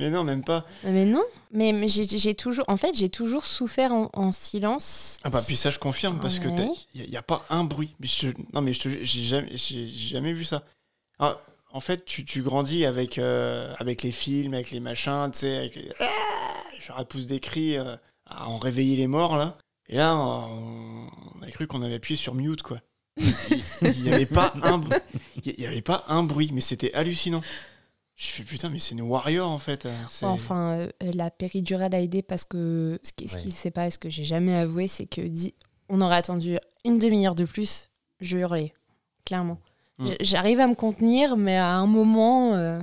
[SPEAKER 3] mais non, même pas.
[SPEAKER 4] Mais non. Mais, mais j'ai j'ai toujours, en fait, j'ai toujours souffert en, en silence.
[SPEAKER 3] Ah bah puis ça je confirme parce que
[SPEAKER 4] Ouais.
[SPEAKER 3] il n'y a, pas un bruit. Mais je- non mais je te jure, j'ai jamais, j'ai jamais vu ça. Ah, en fait tu, tu grandis avec, euh, avec les films, avec les machins, tu sais, avec les- Ah je repousse des cris, euh, à en réveiller les morts là. Et là on, on a cru qu'on avait appuyé sur mute quoi. Il n'y avait pas un, br- il y avait pas un bruit, mais c'était hallucinant. Je fais putain mais c'est une warrior en fait. euh, c'est-
[SPEAKER 4] Ouais, Enfin, euh, euh, la péridurale a aidé parce que ce qui- ce
[SPEAKER 2] Ouais.
[SPEAKER 4] qu'il ne sait pas et ce que j'ai jamais avoué, c'est que dit, on aurait attendu une demi-heure de plus, je hurlais, clairement.
[SPEAKER 3] Mm.
[SPEAKER 4] J- J'arrive à me contenir, mais à un moment, euh,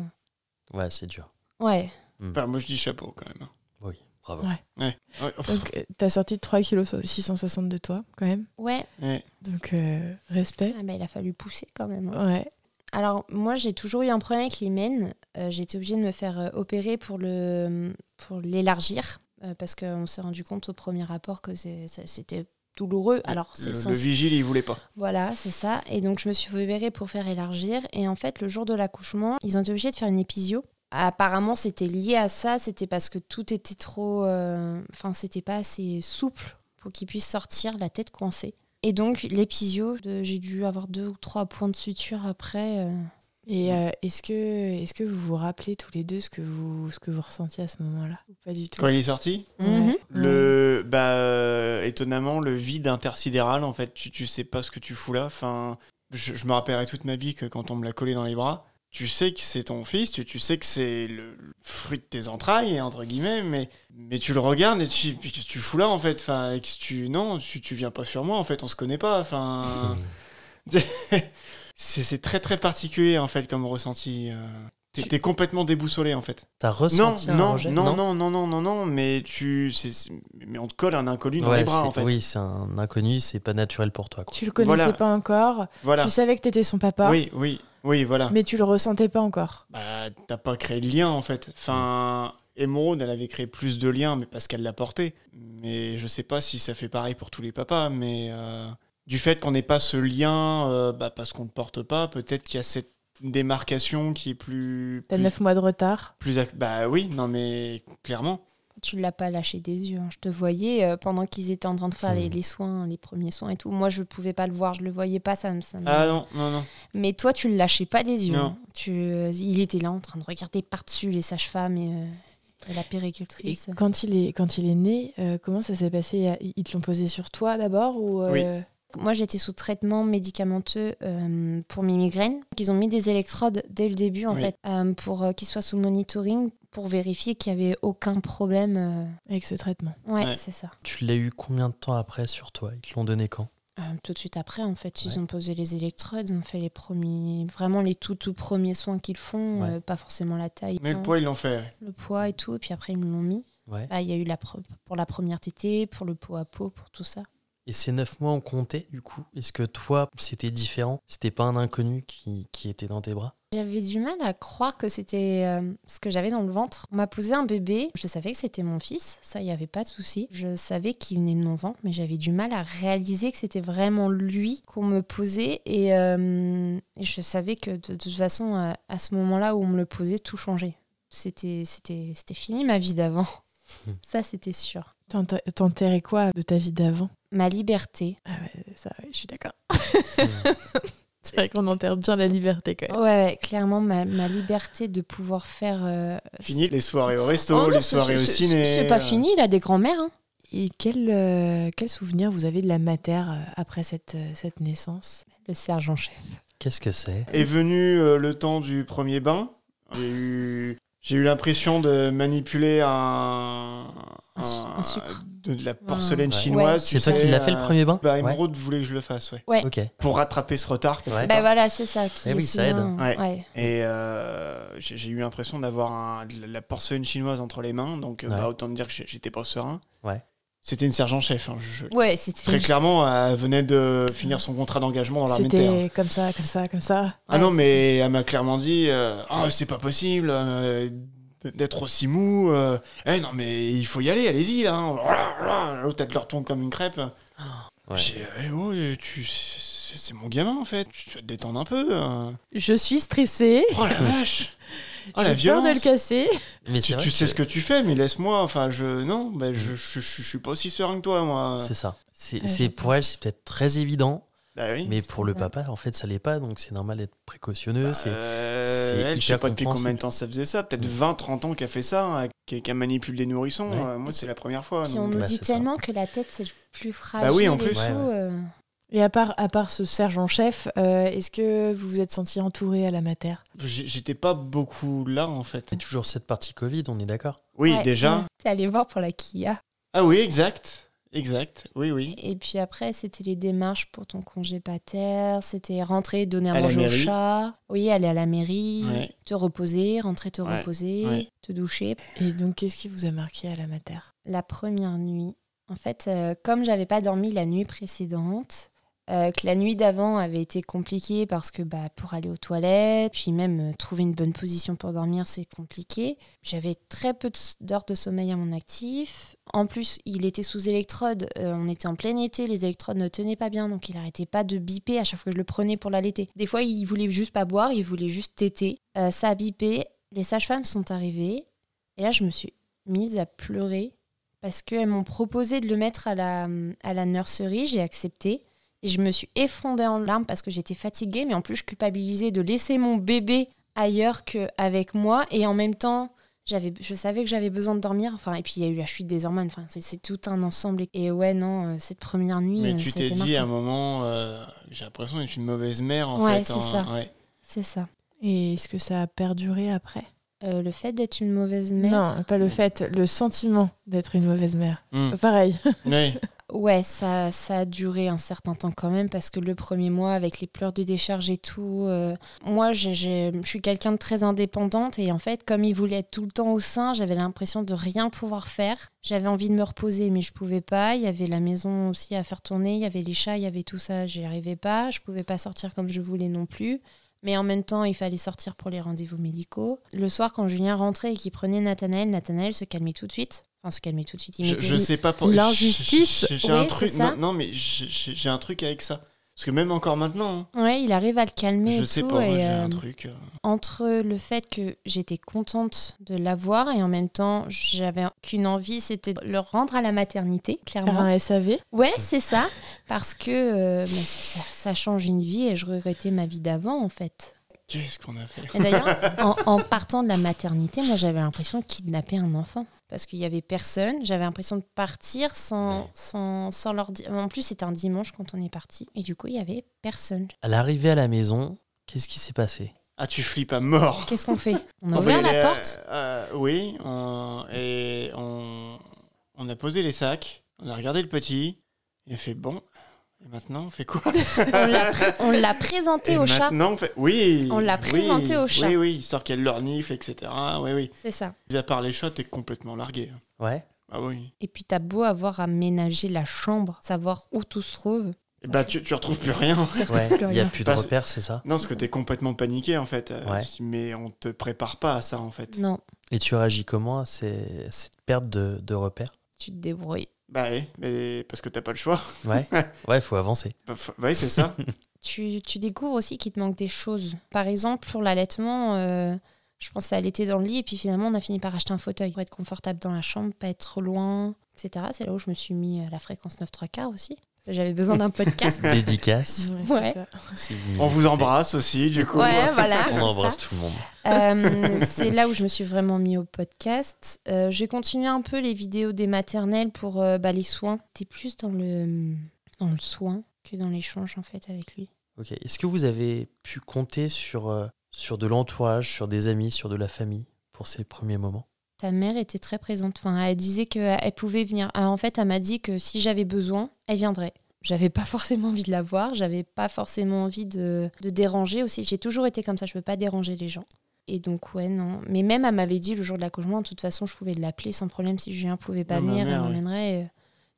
[SPEAKER 2] Ouais, c'est dur.
[SPEAKER 4] ouais.
[SPEAKER 3] Enfin, moi je dis chapeau quand même. hein.
[SPEAKER 2] Oui, Bravo.
[SPEAKER 1] Ouais.
[SPEAKER 3] Ouais. Ouais, oh,
[SPEAKER 1] Donc, euh, t'as sorti 3 kg 660 de toi, quand même.
[SPEAKER 4] Ouais,
[SPEAKER 3] ouais.
[SPEAKER 1] Donc, euh, respect.
[SPEAKER 4] ah bah, il a fallu pousser quand même. hein.
[SPEAKER 1] Ouais.
[SPEAKER 4] Alors, moi, j'ai toujours eu un problème avec les mènes. Euh, j'ai été obligée de me faire euh, opérer pour le pour l'élargir euh, parce qu'on s'est rendu compte au premier rapport que c'est- ça- c'était douloureux. Alors,
[SPEAKER 3] le,
[SPEAKER 4] c'est
[SPEAKER 3] le
[SPEAKER 4] sensible.
[SPEAKER 3] vigile, il voulait pas.
[SPEAKER 4] Voilà, c'est ça. Et donc, je me suis fait opérer pour faire élargir. Et en fait, le jour de l'accouchement, ils ont été obligés de faire une épisio. Apparemment, c'était lié à ça. C'était parce que tout était trop. euh, Enfin, c'était pas assez souple pour qu'ils puissent sortir la tête coincée. Et donc, l'épisio, de- j'ai dû avoir deux ou trois points de suture après. euh,
[SPEAKER 1] Et euh, est-ce que, est que vous vous rappelez tous les deux ce que vous, ce que vous ressentiez à ce moment-là Ou pas du tout
[SPEAKER 3] Quand il est sorti,
[SPEAKER 1] Ouais.
[SPEAKER 3] le bah euh, étonnamment le vide intersidéral en fait, tu, tu sais pas ce que tu fous là. Enfin, je, je me rappellerai toute ma vie que quand on me l'a collé dans les bras, tu sais que c'est ton fils, tu, tu sais que c'est le, le fruit de tes entrailles entre guillemets, mais mais tu le regardes et tu puis qu'est-ce que tu fous là en fait. Enfin, et que tu non, tu, tu viens pas sur moi en fait, on se connaît pas. Enfin,
[SPEAKER 2] Mmh.
[SPEAKER 3] c'est c'est très très particulier en fait comme ressenti. euh. T'es t'es complètement déboussolé en fait.
[SPEAKER 2] T'as
[SPEAKER 3] Non,
[SPEAKER 2] ressenti un
[SPEAKER 3] non,
[SPEAKER 2] rejet
[SPEAKER 3] non, non, non, non, non, non, mais tu, c'est- c'est- mais on te colle un inconnu dans
[SPEAKER 2] Ouais,
[SPEAKER 3] les bras
[SPEAKER 2] c'est-
[SPEAKER 3] en fait.
[SPEAKER 2] Oui, c'est un inconnu, c'est pas naturel pour toi. quoi.
[SPEAKER 1] Tu le connaissais
[SPEAKER 3] Voilà.
[SPEAKER 1] pas encore.
[SPEAKER 3] Voilà.
[SPEAKER 1] Tu savais que t'étais son papa,
[SPEAKER 3] Oui, oui, oui, voilà.
[SPEAKER 1] mais tu le ressentais pas encore.
[SPEAKER 3] Bah, t'as pas créé de lien en fait. Enfin, Emeraude, elle avait créé plus de liens, mais parce qu'elle l'a porté. Mais je sais pas si ça fait pareil pour tous les papas, mais euh, du fait qu'on n'ait pas ce lien, euh, bah, parce qu'on le porte pas, peut-être qu'il y a cette démarcation qui est plus.
[SPEAKER 1] T'as
[SPEAKER 3] plus-
[SPEAKER 1] 9 mois de retard.
[SPEAKER 3] plus ac- bah oui, non mais clairement.
[SPEAKER 4] Tu l'as pas lâché des yeux. hein. Je te voyais euh, pendant qu'ils étaient en train de faire les,
[SPEAKER 2] Hmm.
[SPEAKER 4] les soins, les premiers soins et tout. Moi, je pouvais pas le voir, je le voyais pas. Ça, me- ça
[SPEAKER 2] Mm.
[SPEAKER 4] me-
[SPEAKER 3] Ah non, non, non.
[SPEAKER 4] Mais toi, tu le lâchais pas des yeux.
[SPEAKER 3] Non.
[SPEAKER 4] hein. Tu, euh, il était là en train de regarder par-dessus les sages-femmes et, euh, et la
[SPEAKER 1] Et
[SPEAKER 4] péricultrice.
[SPEAKER 1] quand il est, quand il est né, euh, comment ça s'est passé Ils te l'ont posé sur toi d'abord ou
[SPEAKER 3] Oui.
[SPEAKER 1] euh,
[SPEAKER 4] Moi, j'étais sous traitement médicamenteux euh, pour mes migraines. Ils ont mis des électrodes dès le début, en
[SPEAKER 3] Oui.
[SPEAKER 4] fait, euh, pour euh, qu'ils soient sous monitoring, pour vérifier qu'il n'y avait aucun problème. euh.
[SPEAKER 1] avec ce traitement
[SPEAKER 4] Ouais,
[SPEAKER 3] Ouais.
[SPEAKER 4] c'est ça.
[SPEAKER 2] Tu l'as eu combien de temps après sur toi Ils te l'ont donné quand
[SPEAKER 4] Euh, tout de suite après, en fait, ils
[SPEAKER 2] Ouais.
[SPEAKER 4] ont posé les électrodes, on fait les premiers, vraiment les tout tout premiers soins qu'ils font,
[SPEAKER 2] Ouais.
[SPEAKER 4] euh, pas forcément la taille,
[SPEAKER 3] Mais le
[SPEAKER 4] hein,
[SPEAKER 3] poids, ils l'ont fait.
[SPEAKER 4] le poids et tout, et puis après ils me l'ont mis.
[SPEAKER 2] Ouais.
[SPEAKER 4] Bah, Il y a eu la pre- pour la première TT, pour le pot à peau, pour tout ça.
[SPEAKER 2] Et ces neuf mois ont compté, du coup Est-ce que toi, c'était différent C'était pas un inconnu qui, qui était dans tes bras
[SPEAKER 4] J'avais du mal à croire que c'était euh, ce que j'avais dans le ventre. On m'a posé un bébé, je savais que c'était mon fils, ça, il n'y avait pas de souci. Je savais qu'il venait de mon ventre, mais j'avais du mal à réaliser que c'était vraiment lui qu'on me posait. Et, euh, et je savais que de, de toute façon, à, à ce moment-là où on me le posait, tout changeait. C'était c'était- c'était fini ma vie d'avant. ça, c'était sûr.
[SPEAKER 1] T'en- T'enterrais quoi de ta vie d'avant
[SPEAKER 4] Ma liberté.
[SPEAKER 1] Ah ouais, ça, ouais, je suis d'accord. [laughs] C'est vrai qu'on enterre bien la liberté quand même.
[SPEAKER 4] Ouais, ouais, clairement, ma, ma liberté de pouvoir faire... euh,
[SPEAKER 3] Fini les soirées au resto,
[SPEAKER 4] Oh non,
[SPEAKER 3] les
[SPEAKER 4] c'est-
[SPEAKER 3] soirées au
[SPEAKER 4] c'est- c'est-
[SPEAKER 3] ciné.
[SPEAKER 4] C'est pas
[SPEAKER 3] euh,
[SPEAKER 4] fini, il a des grands-mères. hein.
[SPEAKER 1] Et quel, euh, quel souvenir vous avez de la matière euh, après cette, euh, cette naissance
[SPEAKER 4] Le sergent-chef.
[SPEAKER 2] Qu'est-ce que c'est
[SPEAKER 3] Est venu euh, le temps du premier bain. J'ai eu, j'ai eu l'impression de manipuler un,
[SPEAKER 4] Un su-
[SPEAKER 3] Ah,
[SPEAKER 4] un sucre.
[SPEAKER 3] de, de la porcelaine
[SPEAKER 2] Ouais.
[SPEAKER 3] chinoise. tu
[SPEAKER 2] C'est toi
[SPEAKER 3] sais,
[SPEAKER 2] qui l'as fait le
[SPEAKER 3] euh,
[SPEAKER 2] premier bain
[SPEAKER 3] Bah,
[SPEAKER 2] Ouais.
[SPEAKER 3] Emeraude voulait que je le fasse, ouais.
[SPEAKER 2] Ok.
[SPEAKER 3] Pour rattraper ce retard. quelque
[SPEAKER 2] Ouais.
[SPEAKER 3] part.
[SPEAKER 4] Ben voilà, c'est ça. Qui
[SPEAKER 2] Eh
[SPEAKER 4] est
[SPEAKER 2] oui, ça aide.
[SPEAKER 4] soudain.
[SPEAKER 3] Ouais.
[SPEAKER 4] Ouais.
[SPEAKER 3] Et euh, j'ai j'ai eu l'impression d'avoir un- de la porcelaine chinoise entre les mains, donc euh,
[SPEAKER 2] Ouais.
[SPEAKER 3] bah, autant te dire que j'ai- j'étais pas serein.
[SPEAKER 2] Ouais.
[SPEAKER 3] C'était une sergent-chef. hein, je-
[SPEAKER 4] Ouais, c'était
[SPEAKER 3] Très clairement, elle venait de finir son contrat d'engagement dans l'armée de terre.
[SPEAKER 1] C'était comme ça, comme ça, comme ça.
[SPEAKER 3] Ah non, mais elle m'a clairement dit euh, Ah, c'est pas possible euh, d'être aussi mou. euh, eh non, mais il faut y aller, allez-y là. hein. L'autre, elle te le retourne comme une crêpe.
[SPEAKER 2] Ouais.
[SPEAKER 3] J'ai Eh oh, tu- c'est c'est mon gamin en fait, tu vas te détendre un peu. euh.
[SPEAKER 1] Je suis stressée,
[SPEAKER 3] Oh [laughs] la vache Oh la
[SPEAKER 1] j'ai peur de
[SPEAKER 3] violence
[SPEAKER 1] le casser.
[SPEAKER 2] Mais c'est
[SPEAKER 3] tu,
[SPEAKER 2] vrai
[SPEAKER 3] tu
[SPEAKER 2] que-
[SPEAKER 3] sais ce que tu fais, mais laisse-moi. Enfin, je. Non, ben, je, je, je- je suis pas aussi serein que toi, moi.
[SPEAKER 2] C'est ça. C'est
[SPEAKER 1] Ouais,
[SPEAKER 2] c'est- pour elle, c'est peut-être très évident,
[SPEAKER 3] Bah oui.
[SPEAKER 2] mais pour le
[SPEAKER 4] ça.
[SPEAKER 2] papa, en fait, ça l'est pas, donc c'est normal d'être précautionneux. c'est
[SPEAKER 3] Euh,
[SPEAKER 2] c'est
[SPEAKER 3] elle, je sais
[SPEAKER 2] hyper
[SPEAKER 3] pas depuis combien de
[SPEAKER 2] compréhensible.
[SPEAKER 3] temps ça faisait ça, peut-être
[SPEAKER 2] Mm.
[SPEAKER 3] 20-30 ans qu'elle fait ça, hein, qu'elle qu'elle manipule des nourrissons.
[SPEAKER 2] Ouais.
[SPEAKER 3] euh, moi, c'est la première fois.
[SPEAKER 4] Puis
[SPEAKER 3] donc,
[SPEAKER 4] on nous
[SPEAKER 2] Bah,
[SPEAKER 4] dit
[SPEAKER 2] c'est ça.
[SPEAKER 4] tellement que la tête, c'est le plus fragile.
[SPEAKER 3] Bah oui, en
[SPEAKER 4] et
[SPEAKER 3] plus.
[SPEAKER 4] tout,
[SPEAKER 2] Ouais, ouais.
[SPEAKER 4] euh,
[SPEAKER 1] Et à part, à part ce sergent-chef, euh, est-ce que vous vous êtes senti entouré à la matière
[SPEAKER 3] J'ai- J'étais pas beaucoup là en fait.
[SPEAKER 2] Il y a toujours cette partie Covid, on est d'accord
[SPEAKER 3] Oui,
[SPEAKER 4] ouais,
[SPEAKER 3] déjà.
[SPEAKER 4] ouais. T'es allé voir pour la Kia.
[SPEAKER 3] Ah oui, exact. Exact, oui, oui.
[SPEAKER 4] Et puis après, c'était les démarches pour ton congé pater, c'était rentrer, donner
[SPEAKER 3] À
[SPEAKER 4] à
[SPEAKER 3] la
[SPEAKER 4] manger au
[SPEAKER 3] mairie.
[SPEAKER 4] chat, oui, aller à la mairie,
[SPEAKER 3] Ouais.
[SPEAKER 4] te reposer, rentrer te
[SPEAKER 3] Ouais,
[SPEAKER 4] reposer,
[SPEAKER 3] ouais.
[SPEAKER 4] te doucher.
[SPEAKER 1] Et donc, qu'est-ce qui vous a marqué à la mater
[SPEAKER 4] La première nuit, en fait, euh, comme j'avais pas dormi la nuit précédente, euh, que la nuit d'avant avait été compliquée parce que bah, pour aller aux toilettes, puis même euh, trouver une bonne position pour dormir, c'est compliqué. J'avais très peu de- d'heures de sommeil à mon actif. En plus, il était sous électrode. euh, on était en plein été, les électrodes ne tenaient pas bien, donc il arrêtait pas de biper à chaque fois que je le prenais pour l'allaiter. Des fois, il voulait juste pas boire, il voulait juste téter. Euh, ça a bipé. Les sages-femmes sont arrivées. Et là, je me suis mise à pleurer parce qu'elles m'ont proposé de le mettre à la, à la nurserie. J'ai accepté. Et je me suis effondrée en larmes parce que j'étais fatiguée, mais en plus, je culpabilisais de laisser mon bébé ailleurs qu'avec moi. Et en même temps, j'avais, je savais que j'avais besoin de dormir. Enfin, et puis, il y a eu la chute des hormones. Enfin, c'est, c'est tout un ensemble. Et ouais, non, euh, cette première nuit,
[SPEAKER 3] Mais
[SPEAKER 4] euh,
[SPEAKER 3] tu
[SPEAKER 4] c'était
[SPEAKER 3] t'es dit à un
[SPEAKER 4] marquant.
[SPEAKER 3] moment, euh, j'ai l'impression d'être une mauvaise mère en
[SPEAKER 4] Ouais,
[SPEAKER 3] fait.
[SPEAKER 4] c'est
[SPEAKER 3] hein.
[SPEAKER 4] ça.
[SPEAKER 3] Ouais.
[SPEAKER 4] C'est ça.
[SPEAKER 1] Et est-ce que ça a perduré après
[SPEAKER 4] Euh, le fait d'être une mauvaise mère.
[SPEAKER 1] Non, pas le fait, le sentiment d'être une mauvaise mère.
[SPEAKER 3] Mm.
[SPEAKER 1] Pareil.
[SPEAKER 3] Ouais.
[SPEAKER 4] Ouais, ça, ça a duré un certain temps quand même, parce que le premier mois, avec les pleurs de décharge et tout, euh, moi, j'ai- j'ai- je suis quelqu'un de très indépendante, et en fait, comme il voulait être tout le temps au sein, j'avais l'impression de rien pouvoir faire. J'avais envie de me reposer, mais je pouvais pas. Il y avait la maison aussi à faire tourner, il y avait les chats, il y avait tout ça, j'y arrivais pas. Je pouvais pas sortir comme je voulais non plus. Mais en même temps, il fallait sortir pour les rendez-vous médicaux. Le soir, quand Julien rentrait et qu'il prenait Nathanaël, Nathanaël se calmait tout de suite. Enfin, se calmait tout de suite. [laughs] Il
[SPEAKER 3] Je,
[SPEAKER 4] mettait
[SPEAKER 3] je sais pas pour
[SPEAKER 1] L'injustice,
[SPEAKER 3] j'ai- J'ai
[SPEAKER 4] oui,
[SPEAKER 3] un
[SPEAKER 4] c'est
[SPEAKER 3] truc.
[SPEAKER 4] ça.
[SPEAKER 3] Non, non, mais j'ai- j'ai j'ai un truc avec ça. Parce que même encore maintenant, hein,
[SPEAKER 4] Ouais, il arrive à le calmer
[SPEAKER 3] je
[SPEAKER 4] et
[SPEAKER 3] sais
[SPEAKER 4] tout.
[SPEAKER 3] pas,
[SPEAKER 4] et,
[SPEAKER 3] j'ai
[SPEAKER 4] euh,
[SPEAKER 3] un truc. euh,
[SPEAKER 4] Entre le fait que j'étais contente de l'avoir et en même temps, j'avais qu'une envie, c'était de le rendre à la maternité,
[SPEAKER 1] Faire
[SPEAKER 4] clairement.
[SPEAKER 1] un SAV.
[SPEAKER 4] Ouais, c'est ça. Parce que euh, bah, c'est- ça, ça change une vie et je regrettais ma vie d'avant, en fait.
[SPEAKER 3] Qu'est-ce qu'on a fait [laughs]
[SPEAKER 4] Et d'ailleurs, en, en partant de la maternité, moi, j'avais l'impression de kidnapper un enfant. Parce qu'il n'y avait personne. J'avais l'impression de partir sans, sans, sans leur dire. En plus, c'était un dimanche quand on est parti. Et du coup, il n'y avait personne.
[SPEAKER 2] À l'arrivée à la maison, qu'est-ce qui s'est passé
[SPEAKER 3] Ah, tu flippes à mort
[SPEAKER 4] Qu'est-ce qu'on fait On a
[SPEAKER 3] On va
[SPEAKER 4] ouvert
[SPEAKER 3] y
[SPEAKER 4] la
[SPEAKER 3] aller,
[SPEAKER 4] porte
[SPEAKER 3] euh, euh, Oui, on- et on, on a posé les sacs, on a regardé le petit, et on fait bon, et maintenant on fait quoi
[SPEAKER 4] On l'a pré- On l'a présenté
[SPEAKER 3] Et
[SPEAKER 4] au chat,
[SPEAKER 3] maintenant, on fait- Oui
[SPEAKER 4] On l'a
[SPEAKER 3] oui,
[SPEAKER 4] présenté au chat.
[SPEAKER 3] Oui, oui, histoire qu'elle lornifle, etc. Oui, oui.
[SPEAKER 4] c'est ça.
[SPEAKER 3] Mis à part les chats, t'es complètement largué.
[SPEAKER 2] Ouais.
[SPEAKER 3] Ah oui.
[SPEAKER 4] Et puis t'as beau avoir aménagé la chambre, savoir où tout se trouve,
[SPEAKER 3] Et bah, tu, tu retrouves plus rien. [laughs]
[SPEAKER 4] surtout
[SPEAKER 2] Ouais.
[SPEAKER 4] plus
[SPEAKER 2] Il n'y a
[SPEAKER 4] rien.
[SPEAKER 2] plus de
[SPEAKER 3] Parce-
[SPEAKER 2] repères, c'est ça
[SPEAKER 3] Non, parce que t'es complètement paniqué en fait. Euh,
[SPEAKER 2] Ouais.
[SPEAKER 3] Mais on te prépare pas à ça en fait.
[SPEAKER 4] Non,
[SPEAKER 2] Et tu réagis comment à ces- cette perte de, de repères
[SPEAKER 4] tu te débrouilles.
[SPEAKER 3] Bah oui, mais parce que t'as pas le choix. [laughs]
[SPEAKER 2] Ouais. ouais, faut avancer.
[SPEAKER 3] Bah, f- ouais, c'est ça.
[SPEAKER 4] Tu, tu découvres aussi qu'il te manque des choses. Par exemple, pour l'allaitement, euh, je pensais allaiter dans le lit et puis finalement on a fini par acheter un fauteuil pour être confortable dans la chambre, pas être trop loin, etc. C'est là où je me suis mis à la fréquence 9 3 quarts aussi. J'avais besoin
[SPEAKER 3] [laughs]
[SPEAKER 4] d'un podcast. [laughs]
[SPEAKER 2] Dédicace.
[SPEAKER 1] c'est
[SPEAKER 4] Ouais.
[SPEAKER 1] ça.
[SPEAKER 2] si vous nous
[SPEAKER 3] on vous
[SPEAKER 2] écoutez.
[SPEAKER 3] embrasse aussi, du coup.
[SPEAKER 4] Ouais, voilà. c'est
[SPEAKER 2] On
[SPEAKER 4] ça.
[SPEAKER 2] embrasse tout le monde.
[SPEAKER 4] Euh, c'est là où je me suis vraiment mis au podcast. Euh, j'ai continué un peu les vidéos des maternelles pour euh, bah, les soins. T'es plus dans le, dans le soin que dans l'échange en fait avec lui.
[SPEAKER 2] Ok. Est-ce que vous avez pu compter sur, euh, sur de l'entourage, sur des amis, sur de la famille pour ces premiers moments
[SPEAKER 4] Ta mère était très présente. Enfin, elle disait qu'elle pouvait venir. Ah, en fait, elle m'a dit que si j'avais besoin, elle viendrait. J'avais pas [laughs] forcément envie de la voir, j'avais pas forcément envie de, de déranger aussi. J'ai toujours été comme ça, je veux pas déranger les gens. Et donc, ouais, non. Mais même, elle m'avait dit le jour de l'accouchement, de toute façon, je pouvais l'appeler sans problème si Julien pouvait pas
[SPEAKER 3] Ouais, ma
[SPEAKER 4] venir,
[SPEAKER 3] mère,
[SPEAKER 4] elle
[SPEAKER 3] oui.
[SPEAKER 4] m'emmènerait.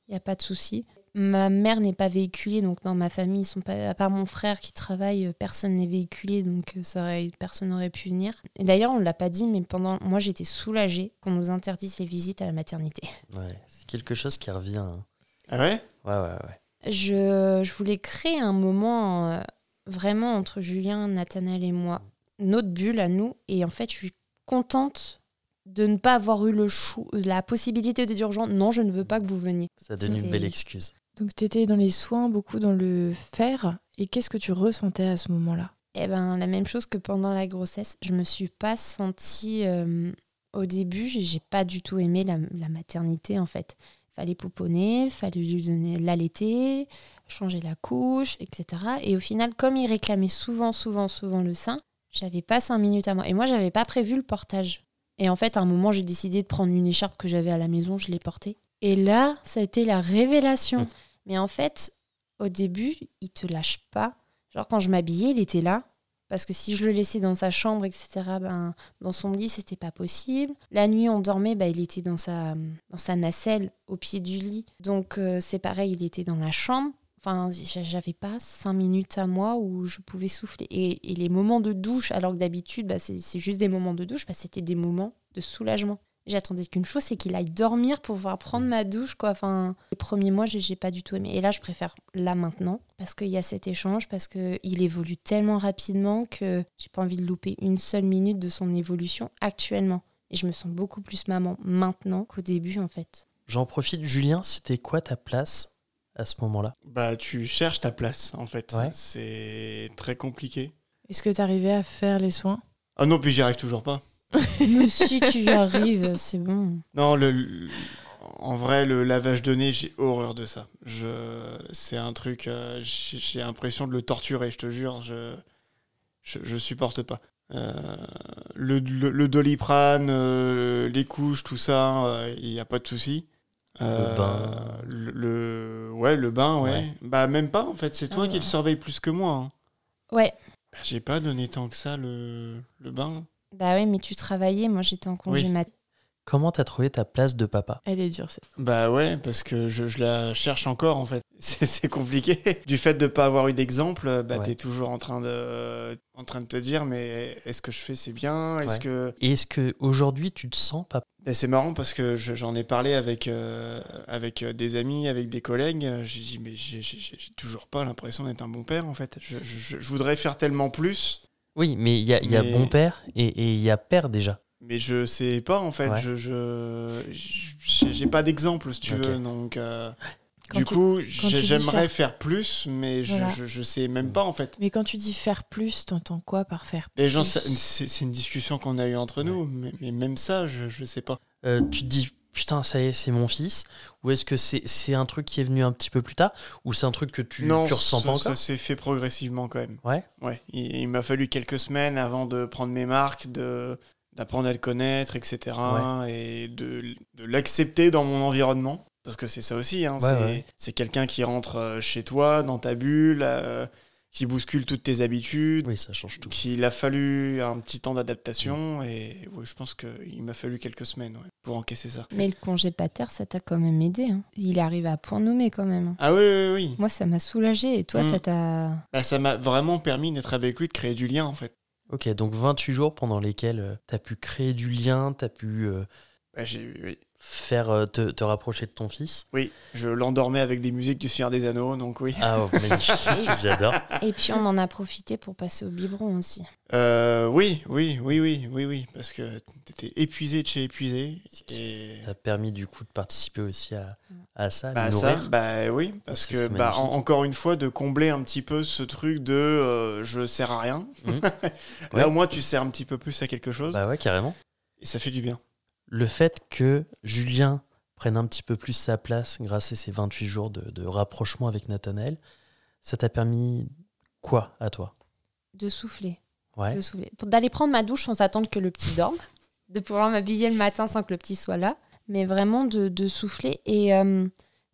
[SPEAKER 4] Il n'y a pas de souci. Ma mère n'est pas véhiculée, donc dans ma famille, ils sont pas, à part mon frère qui travaille, euh, personne n'est véhiculé, donc euh, ça aurait- personne n'aurait pu venir. Et d'ailleurs, on ne l'a pas dit, mais pendant, moi, j'étais soulagée qu'on nous interdise les visites à la maternité.
[SPEAKER 2] Ouais. C'est quelque chose qui revient. hein.
[SPEAKER 3] Ah ouais
[SPEAKER 2] Ouais, ouais, ouais.
[SPEAKER 4] Je, je voulais créer un moment euh, vraiment entre Julien, Nathanaël et moi, notre bulle à nous. Et en fait, je suis contente de ne pas avoir eu le chou, la possibilité de dire aux gens non, je ne veux pas que vous veniez.
[SPEAKER 2] Ça donne une
[SPEAKER 4] C'était-
[SPEAKER 2] belle excuse.
[SPEAKER 1] Donc, tu étais dans les soins, beaucoup dans le faire. Et qu'est-ce que tu ressentais à ce moment-là
[SPEAKER 4] Eh ben, la même chose que pendant la grossesse. Je me suis pas sentie. euh, au début, j'ai j'ai pas du tout aimé la, la maternité, en fait. Fallait pouponner, fallait lui donner l'allaiter, changer la couche, etc. Et au final, comme il réclamait souvent, souvent, souvent le sein, j'avais pas cinq minutes à moi. Et moi, j'avais pas prévu le portage. Et en fait, à un moment, j'ai décidé de prendre une écharpe que j'avais à la maison, je l'ai portée. Et là, ça a été la révélation. Mais en fait, au début, il te lâche pas. Genre, quand je m'habillais, il était là. Parce que si je le laissais dans sa chambre, etc., ben, dans son lit, c'était pas possible. La nuit, on dormait, ben, il était dans sa, dans sa nacelle, au pied du lit. Donc, euh, c'est pareil, il était dans la chambre. Enfin, j'a- j'avais pas cinq minutes à moi où je pouvais souffler. Et, et les moments de douche, alors que d'habitude, ben, c'est c'est juste des moments de douche, ben, c'était des moments de soulagement. J'attendais qu'une chose, c'est qu'il aille dormir pour pouvoir prendre ma douche. Quoi. Enfin, les premiers mois, j'ai j'ai pas du tout aimé. Et là, je préfère là maintenant parce qu'il y a cet échange, parce qu'il évolue tellement rapidement que j'ai pas envie de louper une seule minute de son évolution actuellement. Et je me sens beaucoup plus maman maintenant qu'au début, en [laughs] fait.
[SPEAKER 2] J'en profite, Julien, c'était quoi ta place à ce moment-là
[SPEAKER 3] Bah, tu cherches ta place, en fait.
[SPEAKER 2] Ouais.
[SPEAKER 3] C'est très compliqué.
[SPEAKER 1] Est-ce que tu arrivais à faire les soins
[SPEAKER 3] Ah non, puis j'y arrive toujours pas.
[SPEAKER 4] Mais si tu y arrives, c'est bon.
[SPEAKER 3] Non, le, le- en vrai, le lavage de nez, j'ai horreur de ça. Je, c'est un truc, euh, j'ai j'ai l'impression de le torturer, je te jure, je, je, je supporte pas. Euh, le, le- le doliprane, euh, les couches, tout ça, il n'y a pas de souci. Euh,
[SPEAKER 2] bain.
[SPEAKER 3] Le, le- ouais, le bain, ouais.
[SPEAKER 2] Ouais.
[SPEAKER 3] Bah, même pas, en fait, c'est toi
[SPEAKER 4] Ah.
[SPEAKER 3] qui le surveille plus que moi. hein.
[SPEAKER 4] Ouais.
[SPEAKER 3] Bah, j'ai pas donné tant que ça le, le bain.
[SPEAKER 4] Bah oui, mais tu travaillais, moi j'étais en congé
[SPEAKER 3] Oui.
[SPEAKER 4] mat.
[SPEAKER 2] Comment t'as trouvé ta place de papa
[SPEAKER 1] Elle est dure, cette.
[SPEAKER 3] Bah ouais, parce que je, je la cherche encore en fait. [laughs] C'est c'est compliqué. Du fait de ne pas avoir eu d'exemple, bah
[SPEAKER 2] Ouais.
[SPEAKER 3] t'es toujours en train de, euh, en train de te dire mais est-ce que je fais c'est bien Est-ce
[SPEAKER 2] Ouais.
[SPEAKER 3] que
[SPEAKER 2] Et est-ce que aujourd'hui tu te sens papa
[SPEAKER 3] Bah, c'est marrant parce que je- j'en ai parlé avec euh, avec euh, des amis, avec des collègues. J'ai dit mais j'ai j'ai- j'ai- j'ai toujours pas l'impression d'être un bon père en fait. Je, je- je voudrais faire tellement plus,
[SPEAKER 2] Oui, mais il y a, il y a
[SPEAKER 3] Mais-
[SPEAKER 2] bon père et et il y a père déjà.
[SPEAKER 3] mais je sais pas en fait.
[SPEAKER 2] Ouais.
[SPEAKER 3] Je je j'ai j'ai pas d'exemple si tu
[SPEAKER 2] Ok.
[SPEAKER 3] veux donc. euh,
[SPEAKER 1] Quand
[SPEAKER 3] du
[SPEAKER 1] tu-
[SPEAKER 3] coup,
[SPEAKER 1] quand tu
[SPEAKER 3] j'ai-
[SPEAKER 1] dis
[SPEAKER 3] j'aimerais faire plus, mais je,
[SPEAKER 1] Voilà.
[SPEAKER 3] je, je sais même pas en fait.
[SPEAKER 1] Mais quand tu dis faire plus, t'entends quoi par faire
[SPEAKER 3] Les gens,
[SPEAKER 1] plus
[SPEAKER 3] ça- c'est c'est une discussion qu'on a eue entre nous, mais, mais même ça, je, je sais pas.
[SPEAKER 2] Euh, tu te dis, putain, ça y est, c'est mon fils Ou est-ce que c'est c'est un truc qui est venu un petit peu plus tard Ou c'est un truc que tu, tu ressens
[SPEAKER 3] ça-
[SPEAKER 2] pas
[SPEAKER 3] Ça
[SPEAKER 2] encore
[SPEAKER 3] s'est fait progressivement quand même.
[SPEAKER 2] Ouais.
[SPEAKER 3] Ouais. Il, il m'a fallu quelques semaines avant de prendre mes marques, de d'apprendre à le connaître, etc. Et de, l- de l'accepter dans mon environnement. Parce que c'est ça aussi, hein,
[SPEAKER 2] Ouais,
[SPEAKER 3] c'est
[SPEAKER 2] ouais.
[SPEAKER 3] c'est quelqu'un qui rentre euh, chez toi, dans ta bulle, euh, qui bouscule toutes tes habitudes,
[SPEAKER 2] Oui, ça change tout.
[SPEAKER 3] qu'il a fallu un petit temps d'adaptation. Et ouais, je pense qu'il m'a fallu quelques semaines ouais, pour encaisser ça.
[SPEAKER 4] Mais le congé pater, ça t'a quand même aidé. hein. Il arrive à point nommé quand même.
[SPEAKER 3] Ah oui, oui, oui.
[SPEAKER 4] Moi, ça m'a soulagé et toi,
[SPEAKER 3] Mm.
[SPEAKER 4] ça t'a.
[SPEAKER 3] Bah, ça m'a vraiment permis d'être avec lui, de créer du lien en fait.
[SPEAKER 2] Ok, donc 28 jours pendant lesquels euh, t'as pu créer du lien, t'as pu euh,
[SPEAKER 3] Bah, j'ai- oui.
[SPEAKER 2] faire euh, te, te rapprocher de ton fils.
[SPEAKER 3] Oui, je l'endormais avec des musiques du Seigneur des Anneaux, donc oui.
[SPEAKER 2] Ah, oh, magnifique, [laughs] j'adore.
[SPEAKER 4] Et puis, on en a profité pour passer au biberon aussi.
[SPEAKER 3] Euh, oui, oui, oui, oui, oui, oui, parce que t'étais épuisé de chez épuisé. Et
[SPEAKER 2] T'as permis du coup de participer aussi à, à ça, à
[SPEAKER 3] bah,
[SPEAKER 2] le
[SPEAKER 3] ça,
[SPEAKER 2] nourrir.
[SPEAKER 3] bah oui, parce
[SPEAKER 2] Ça,
[SPEAKER 3] que
[SPEAKER 2] c'est
[SPEAKER 3] bah, en-
[SPEAKER 2] magnifique.
[SPEAKER 3] encore une fois, de combler un petit peu ce truc de euh, je sers à rien.
[SPEAKER 2] Mhm. Ouais.
[SPEAKER 3] [laughs] Là, au moins, tu sers un petit peu plus à quelque chose
[SPEAKER 2] Bah ouais, carrément.
[SPEAKER 3] et ça fait du bien.
[SPEAKER 2] le fait que Julien prenne un petit peu plus sa place grâce à ces 28 jours de, de rapprochement avec Nathanaël, ça t'a permis quoi à toi
[SPEAKER 4] De souffler.
[SPEAKER 2] Ouais.
[SPEAKER 4] de souffler. Pour- D'aller prendre ma douche sans attendre que le petit dorme, de pouvoir m'habiller le matin sans que le petit soit là, mais vraiment de, de souffler et euh,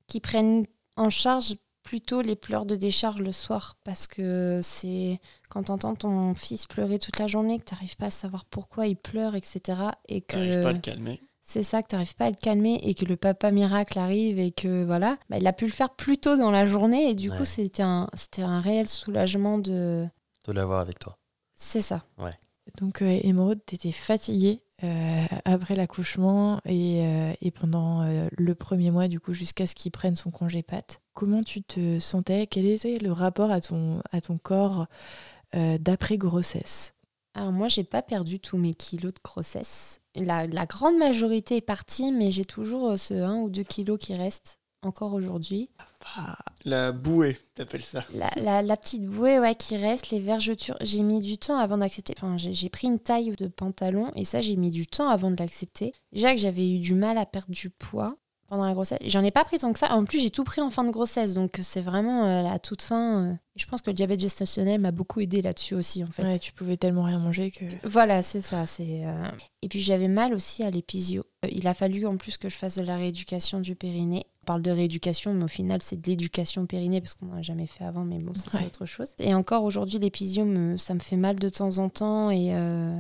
[SPEAKER 4] qu'ils prennent en charge plutôt les pleurs de décharge le soir parce que c'est quand t'entends ton fils pleurer toute la journée, que t'arrives pas à savoir pourquoi il pleure, etc. Et
[SPEAKER 3] T'arrives
[SPEAKER 4] que
[SPEAKER 3] pas à le calmer.
[SPEAKER 4] c'est ça, que t'arrives pas à le calmer et que le papa miracle arrive et que voilà, bah, il a pu le faire plus tôt dans la journée et du
[SPEAKER 2] Ouais.
[SPEAKER 4] coup c'était un, c'était un réel soulagement de...
[SPEAKER 2] De l'avoir avec toi.
[SPEAKER 4] C'est ça.
[SPEAKER 1] Donc, euh, Émeraude, t'étais fatiguée euh, après l'accouchement et, euh, et pendant euh, le premier mois, du coup, jusqu'à ce qu'il prenne son congé pâte. Comment tu te sentais Quel était le rapport à ton, à ton corps euh, d'après-grossesse
[SPEAKER 4] Alors moi, j'ai pas perdu tous mes kilos de grossesse. La, la grande majorité est partie, mais j'ai toujours euh, ce 1 ou 2 kilos qui restent encore aujourd'hui.
[SPEAKER 3] La bouée, t'appelles ça.
[SPEAKER 4] La, la- la petite bouée ouais, qui reste, les vergetures, j'ai mis du temps avant d'accepter. Enfin, j'ai j'ai pris une taille de pantalon et ça, j'ai mis du temps avant de l'accepter. Déjà que j'avais eu du mal à perdre du poids pendant la grossesse. J'en ai pas pris tant que ça. En plus, j'ai tout pris en fin de grossesse, donc c'est vraiment euh, la toute fin. euh. Je pense que le diabète gestationnel m'a beaucoup aidé là-dessus aussi, en fait.
[SPEAKER 1] Ouais, tu pouvais tellement rien manger que.
[SPEAKER 4] Voilà, c'est ça. C'est euh, Et puis j'avais mal aussi à l'épisio. Euh, Il a fallu en plus que je fasse de la rééducation du périnée. On parle de rééducation, mais au final c'est de l'éducation périnée parce qu'on n'en a jamais fait avant, mais bon, ça c'est
[SPEAKER 1] Ouais.
[SPEAKER 4] autre chose. Et encore aujourd'hui, l'épisio, me- ça me fait mal de temps en temps. Et, euh,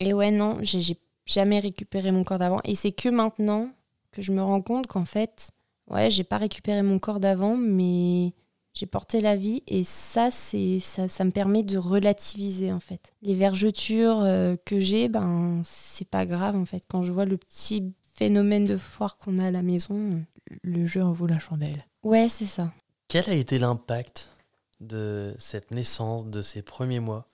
[SPEAKER 4] et ouais, non, j'ai j'ai jamais récupéré mon corps d'avant. Et c'est que maintenant que je me rends compte qu'en fait, ouais, j'ai pas récupéré mon corps d'avant, mais j'ai porté la vie et ça, c'est ça, ça me permet de relativiser en fait. Les vergetures euh, que j'ai, ben c'est pas grave en fait. Quand je vois le petit phénomène de foire qu'on a à la maison,
[SPEAKER 1] Le jeu en vaut la chandelle.
[SPEAKER 4] euh, ouais, c'est ça.
[SPEAKER 2] Quel a été l'impact de cette naissance, de ces premiers mois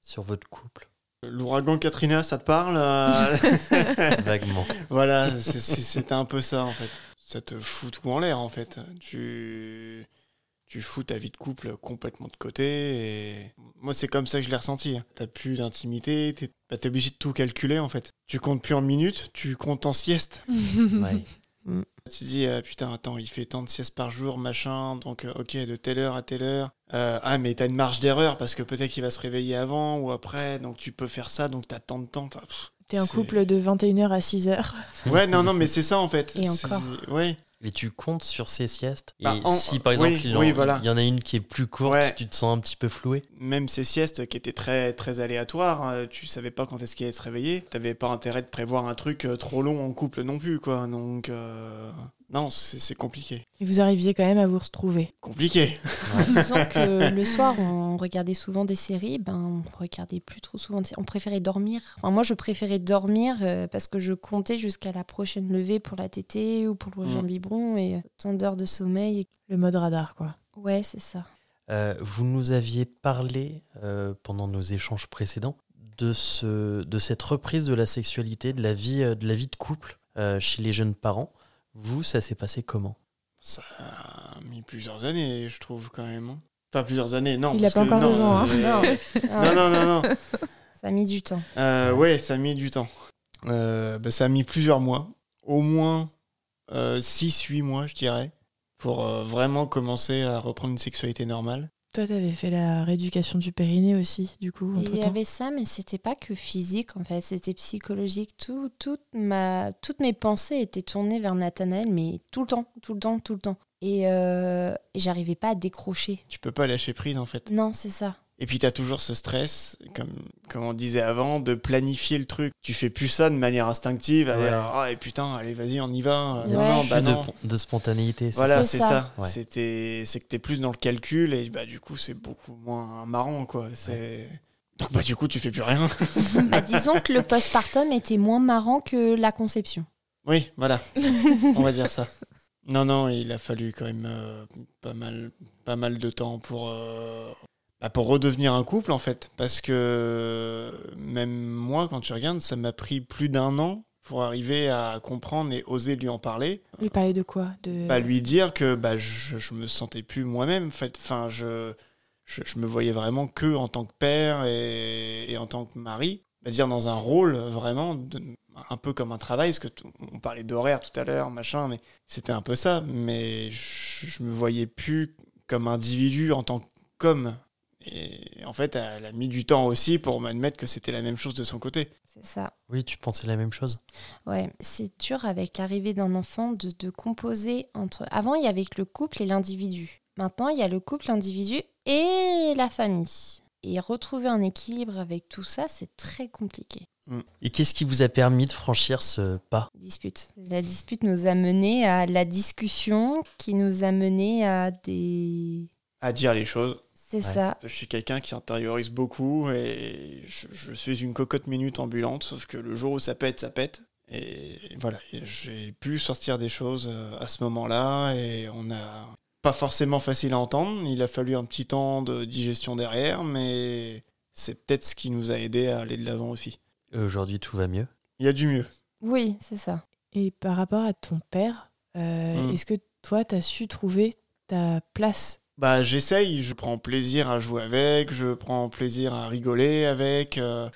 [SPEAKER 2] sur votre couple
[SPEAKER 3] L'ouragan Katrina, ça te parle euh,
[SPEAKER 2] Vaguement.
[SPEAKER 3] Voilà, c'est- c'est- c'était un peu ça en fait. Ça te fout tout en l'air en fait. Tu, tu fous ta vie de couple complètement de côté. Et... Moi, c'est comme ça que je l'ai ressenti. hein. T'as plus d'intimité, t'es bah, t'es obligé de tout calculer en fait. Tu comptes plus en minutes, tu comptes en sieste.
[SPEAKER 2] Ouais.
[SPEAKER 3] Tu dis, ah, putain, attends, il fait tant de siestes par jour, machin, donc euh, ok, de telle heure à telle heure. Euh, ah, mais t'as une marge d'erreur parce que peut-être qu'il va se réveiller avant ou après, donc tu peux faire ça, donc t'as tant de temps. Enfin, pff,
[SPEAKER 1] T'es un
[SPEAKER 3] c'est-
[SPEAKER 1] couple de 21h à 6h.
[SPEAKER 3] Ouais, non, non, mais c'est ça en fait.
[SPEAKER 4] Et
[SPEAKER 3] C'est-
[SPEAKER 4] encore.
[SPEAKER 3] Ouais.
[SPEAKER 2] Mais tu comptes sur ces siestes Et
[SPEAKER 3] Bah, en-
[SPEAKER 2] si par
[SPEAKER 3] oui,
[SPEAKER 2] exemple il en-
[SPEAKER 3] oui, voilà.
[SPEAKER 2] il y en a une qui est plus courte,
[SPEAKER 3] Ouais.
[SPEAKER 2] tu te sens un petit peu floué
[SPEAKER 3] même ces siestes qui étaient très, très aléatoires, euh, tu savais pas quand est-ce qu'il allait se réveiller. T'avais pas intérêt de prévoir un truc euh, trop long en couple non plus, quoi. Donc, euh, non, c'est c'est compliqué.
[SPEAKER 1] Et vous arriviez quand même à vous retrouver.
[SPEAKER 3] Compliqué.
[SPEAKER 4] Disons
[SPEAKER 3] [laughs]
[SPEAKER 4] que le soir, on regardait souvent des séries, ben on regardait plus trop souvent. de sé- On préférait dormir. Enfin, moi, je préférais dormir euh, parce que je comptais jusqu'à la prochaine levée pour la tétée ou pour le
[SPEAKER 3] Mm.
[SPEAKER 4] le biberon et euh, tant d'heures de sommeil.
[SPEAKER 1] Le mode radar, quoi.
[SPEAKER 4] Ouais, c'est ça.
[SPEAKER 2] Euh, vous nous aviez parlé euh, pendant nos échanges précédents de, ce, de cette reprise de la sexualité, de la vie, euh, de, la vie de couple euh, chez les jeunes parents. Vous, ça s'est passé comment
[SPEAKER 3] Ça a mis plusieurs années, je trouve, quand même. hein. Enfin, plusieurs années, non.
[SPEAKER 1] Il
[SPEAKER 3] parce
[SPEAKER 1] a pas
[SPEAKER 3] que-
[SPEAKER 1] encore
[SPEAKER 3] non,
[SPEAKER 1] deux ans, hein.
[SPEAKER 3] euh, [laughs]
[SPEAKER 4] Ah,
[SPEAKER 3] non, non, non, non.
[SPEAKER 2] [laughs]
[SPEAKER 4] Ça a mis du temps.
[SPEAKER 3] Euh, ouais, ça a mis du temps. Euh, bah, ça a mis plusieurs mois, au moins 6-8 mois, je dirais, pour euh, vraiment commencer à reprendre une sexualité normale.
[SPEAKER 1] Toi, t'avais fait la rééducation du périnée aussi, du coup,
[SPEAKER 4] Il
[SPEAKER 1] entre
[SPEAKER 4] y
[SPEAKER 1] temps.
[SPEAKER 4] avait ça, mais c'était pas que physique en fait, c'était psychologique. Tout, toute ma, toutes mes pensées étaient tournées vers Nathanaël, mais tout le temps, tout le temps, tout le temps. Et, euh, et j'arrivais pas à décrocher.
[SPEAKER 3] Tu peux pas lâcher prise, en fait.
[SPEAKER 4] Non, c'est ça.
[SPEAKER 3] Et puis t'as toujours ce stress, comme, comme on disait avant, de planifier le truc. Tu fais plus ça de manière instinctive. à
[SPEAKER 2] Ouais.
[SPEAKER 3] dire, Ah, et putain, allez, vas-y, on y va. Euh,
[SPEAKER 4] Ouais.
[SPEAKER 3] Non, non,
[SPEAKER 4] Plus
[SPEAKER 3] bah
[SPEAKER 2] Plus
[SPEAKER 3] non.
[SPEAKER 2] de, de spontanéité. c'est
[SPEAKER 3] Voilà,
[SPEAKER 2] ça
[SPEAKER 3] c'est
[SPEAKER 4] C'est
[SPEAKER 3] ça.
[SPEAKER 4] ça.
[SPEAKER 2] Ouais.
[SPEAKER 3] C'était, c'est que t'es plus dans le calcul et bah du coup c'est beaucoup moins marrant quoi. C'est donc bah du coup tu fais plus rien.
[SPEAKER 4] Bah, disons que le postpartum était moins marrant que la conception.
[SPEAKER 3] oui, voilà. [laughs] on va dire ça. Non, non, il a fallu quand même euh, pas mal, pas mal de temps pour euh, bah, pour redevenir un couple en fait, parce que même moi quand tu regardes, ça m'a pris plus d'un an pour arriver à comprendre et oser lui en parler.
[SPEAKER 1] Lui parler de quoi De
[SPEAKER 3] bah, lui dire que bah, je, je me sentais plus moi-même. en fait. Enfin, je, je, je me voyais vraiment que en tant que père et, et en tant que mari. C'est-à-dire dans un rôle vraiment de- un peu comme un travail, parce que t- on parlait d'horaire tout à l'heure, machin, mais c'était un peu ça. Mais je, je me voyais plus comme individu en tant qu'homme. Et en fait, elle a mis du temps aussi pour m'admettre que c'était la même chose de son côté.
[SPEAKER 4] C'est ça.
[SPEAKER 2] Oui, tu pensais la même chose.
[SPEAKER 4] Ouais, c'est dur avec l'arrivée d'un enfant de, de composer entre. Avant, il y avait que le couple et l'individu. Maintenant, il y a le couple, l'individu et la famille. Et retrouver un équilibre avec tout ça, c'est très compliqué.
[SPEAKER 2] Et qu'est-ce qui vous a permis de franchir ce pas
[SPEAKER 4] Dispute. La dispute nous a mené à la discussion qui nous a mené à des.
[SPEAKER 3] À dire les choses.
[SPEAKER 4] C'est ça.
[SPEAKER 3] Je suis quelqu'un qui intériorise beaucoup et je, je suis une cocotte minute ambulante, sauf que le jour où ça pète, ça pète. Et voilà, et j'ai pu sortir des choses euh, à ce moment-là et on a pas forcément facile à entendre. Il a fallu un petit temps de digestion derrière, mais c'est peut-être ce qui nous a aidé à aller de l'avant aussi.
[SPEAKER 2] Et Euh, Aujourd'hui, tout va mieux.
[SPEAKER 3] Il y a du mieux.
[SPEAKER 4] Oui, c'est ça.
[SPEAKER 1] Et par rapport à ton père, euh,
[SPEAKER 3] Mm.
[SPEAKER 1] est-ce que toi, t'as su trouver ta place
[SPEAKER 3] Bah j'essaye, je prends plaisir à jouer avec, je prends plaisir à rigoler avec. euh,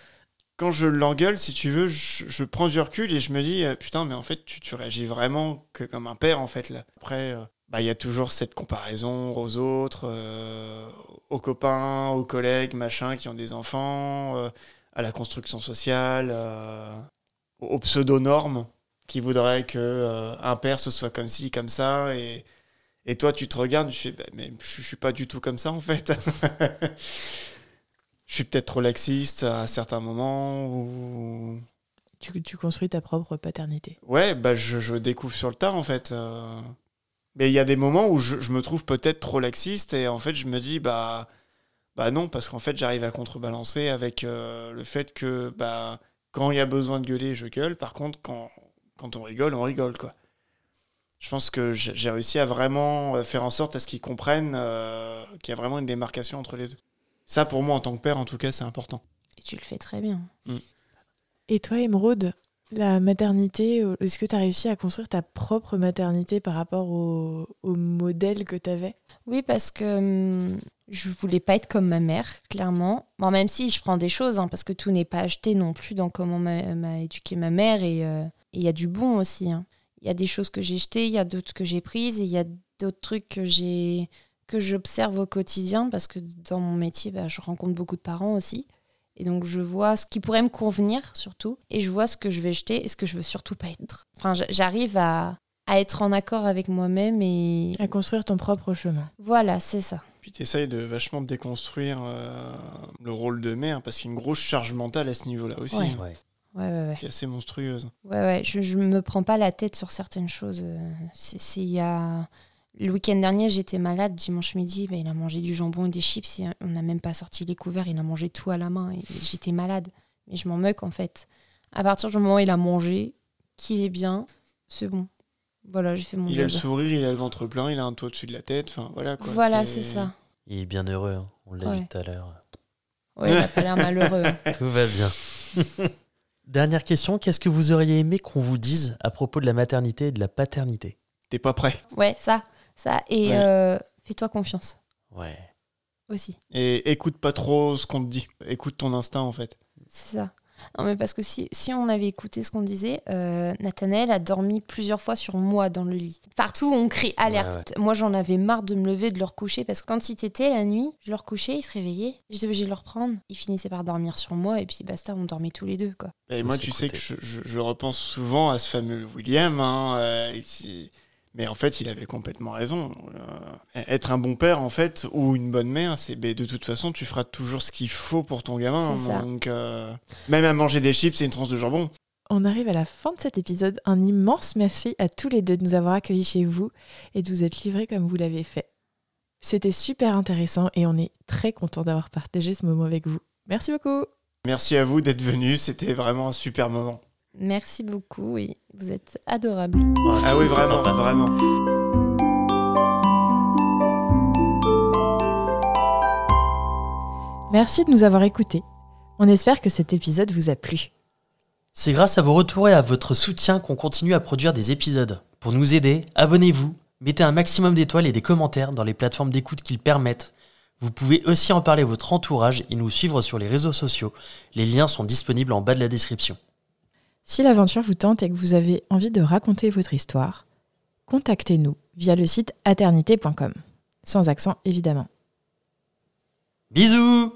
[SPEAKER 3] quand je l'engueule, si tu veux, je, je prends du recul et je me dis, euh, putain, mais en fait, tu, tu réagis vraiment que comme un père, en fait, là. Après, euh, bah, il y a toujours cette comparaison aux autres, euh, aux copains, aux collègues, machin, qui ont des enfants, euh, à la construction sociale, euh, aux aux pseudo-normes qui voudraient que euh, un père se soit comme ci, comme ça, et, et toi, tu te regardes, tu fais, bah, mais je, je suis pas du tout comme ça, en fait. [laughs] je suis peut-être trop laxiste à certains moments ou
[SPEAKER 1] Tu, tu construis ta propre paternité.
[SPEAKER 3] ouais bah je, je découvre sur le tas en fait euh. mais il y a des moments où je, je me trouve peut-être trop laxiste et en fait je me dis bah bah non parce qu'en fait j'arrive à contrebalancer avec euh, le fait que bah quand il y a besoin de gueuler je gueule par contre quand quand on rigole on rigole quoi je pense que j'ai j'ai réussi à vraiment euh, faire en sorte à ce qu'ils comprennent euh, qu'il y a vraiment une démarcation entre les deux ça pour moi en tant que père en tout cas c'est important
[SPEAKER 4] Et tu le fais très bien.
[SPEAKER 1] Et toi, Émeraude, la maternité, est-ce que tu as réussi à construire ta propre maternité par rapport au, au modèle que tu avais
[SPEAKER 4] Oui, parce que hum, je voulais pas être comme ma mère, clairement. Bon, même si je prends des choses, hein, parce que tout n'est pas acheté non plus dans comment m'a m'a éduqué ma mère, et euh, et il y a du bon aussi. hein. Il y a des choses que j'ai jetées, il y a d'autres que j'ai prises, et il y a d'autres trucs que j'ai que j'observe au quotidien, parce que dans mon métier, bah, je rencontre beaucoup de parents aussi. Et donc je vois ce qui pourrait me convenir surtout, et je vois ce que je vais jeter et ce que je veux surtout pas être. Enfin, j- j'arrive à, à être en accord avec moi-même et
[SPEAKER 1] À construire ton propre chemin.
[SPEAKER 4] voilà, c'est ça.
[SPEAKER 3] Puis t'essayes de vachement déconstruire euh, le rôle de mère, parce qu'il y a une grosse charge mentale à ce niveau-là aussi,
[SPEAKER 4] Ouais.
[SPEAKER 3] hein,
[SPEAKER 2] Ouais.
[SPEAKER 4] Ouais, ouais, ouais.
[SPEAKER 3] qui est assez monstrueuse.
[SPEAKER 4] ouais, ouais. Je, je me prends pas la tête sur certaines choses. euh, C'est c'est il y a... Le week-end dernier, j'étais malade. Dimanche midi, bah, il a mangé du jambon et des chips. et on n'a même pas sorti les couverts. Il a mangé tout à la main. et J'étais malade. Mais je m'en moque, en fait. À partir du moment où il a mangé, qu'il est bien, c'est bon. Voilà, j'ai fait mon
[SPEAKER 3] Il a
[SPEAKER 4] job.
[SPEAKER 3] le sourire, il a le ventre plein, il a un toit au-dessus de la tête, enfin voilà quoi.
[SPEAKER 4] Voilà, c'est ça.
[SPEAKER 2] Il est bien heureux, hein. on l'a
[SPEAKER 4] Ouais.
[SPEAKER 2] vu tout à l'heure.
[SPEAKER 4] Ouais, il a pas l'air
[SPEAKER 3] [laughs]
[SPEAKER 4] malheureux.
[SPEAKER 2] Tout va bien. Dernière question, qu'est-ce que vous auriez aimé qu'on vous dise à propos de la maternité et de la paternité
[SPEAKER 3] T'es pas prêt.
[SPEAKER 4] Ouais, ça, ça. Et
[SPEAKER 3] Ouais.
[SPEAKER 4] euh, fais-toi confiance
[SPEAKER 2] Ouais.
[SPEAKER 4] aussi.
[SPEAKER 3] Et écoute pas trop ce qu'on te dit. Écoute ton instinct en fait.
[SPEAKER 4] C'est ça. Non, mais parce que si, si on avait écouté ce qu'on disait, euh, Nathanaël a dormi plusieurs fois sur moi dans le lit. Partout, on crie alerte.
[SPEAKER 2] Ouais,
[SPEAKER 4] Moi, j'en avais marre de me lever, de le recoucher, parce que quand il t'était la nuit, je le recouchais, il se réveillait, j'étais obligée de le reprendre. Il finissait par dormir sur moi, et puis basta, on dormait tous les deux, quoi.
[SPEAKER 3] Et
[SPEAKER 2] Faut
[SPEAKER 3] moi, tu sais
[SPEAKER 2] s'écouter.
[SPEAKER 3] que je, je- je repense souvent à ce fameux William, hein, euh, qui- mais en fait, il avait complètement raison. Euh, être un bon père, en fait, ou une bonne mère, c'est ben, de toute façon, tu feras toujours ce qu'il faut pour ton gamin.
[SPEAKER 4] C'est ça.
[SPEAKER 3] Donc, euh, même à manger des chips et une tranche de jambon.
[SPEAKER 1] On arrive à la fin de cet épisode. Un immense merci à tous les deux de nous avoir accueillis chez vous et de vous être livrés comme vous l'avez fait. C'était super intéressant et on est très content d'avoir partagé ce moment avec vous. Merci beaucoup.
[SPEAKER 3] Merci à vous d'être venus, c'était vraiment un super moment.
[SPEAKER 4] Merci beaucoup, et vous êtes adorables.
[SPEAKER 3] Ah oui,
[SPEAKER 2] c'était
[SPEAKER 3] vraiment,
[SPEAKER 2] sympa.
[SPEAKER 3] vraiment.
[SPEAKER 1] Merci de nous avoir écoutés. On espère que cet épisode vous a plu.
[SPEAKER 2] C'est grâce à vos retours et à votre soutien qu'on continue à produire des épisodes. Pour nous aider, abonnez-vous, mettez un maximum d'étoiles et des commentaires dans les plateformes d'écoute qu'ils permettent. Vous pouvez aussi en parler à votre entourage et nous suivre sur les réseaux sociaux. Les liens sont disponibles en bas de la description.
[SPEAKER 1] Si l'aventure vous tente et que vous avez envie de raconter votre histoire, contactez-nous via le site aternité.com. Sans accent, évidemment.
[SPEAKER 2] Bisous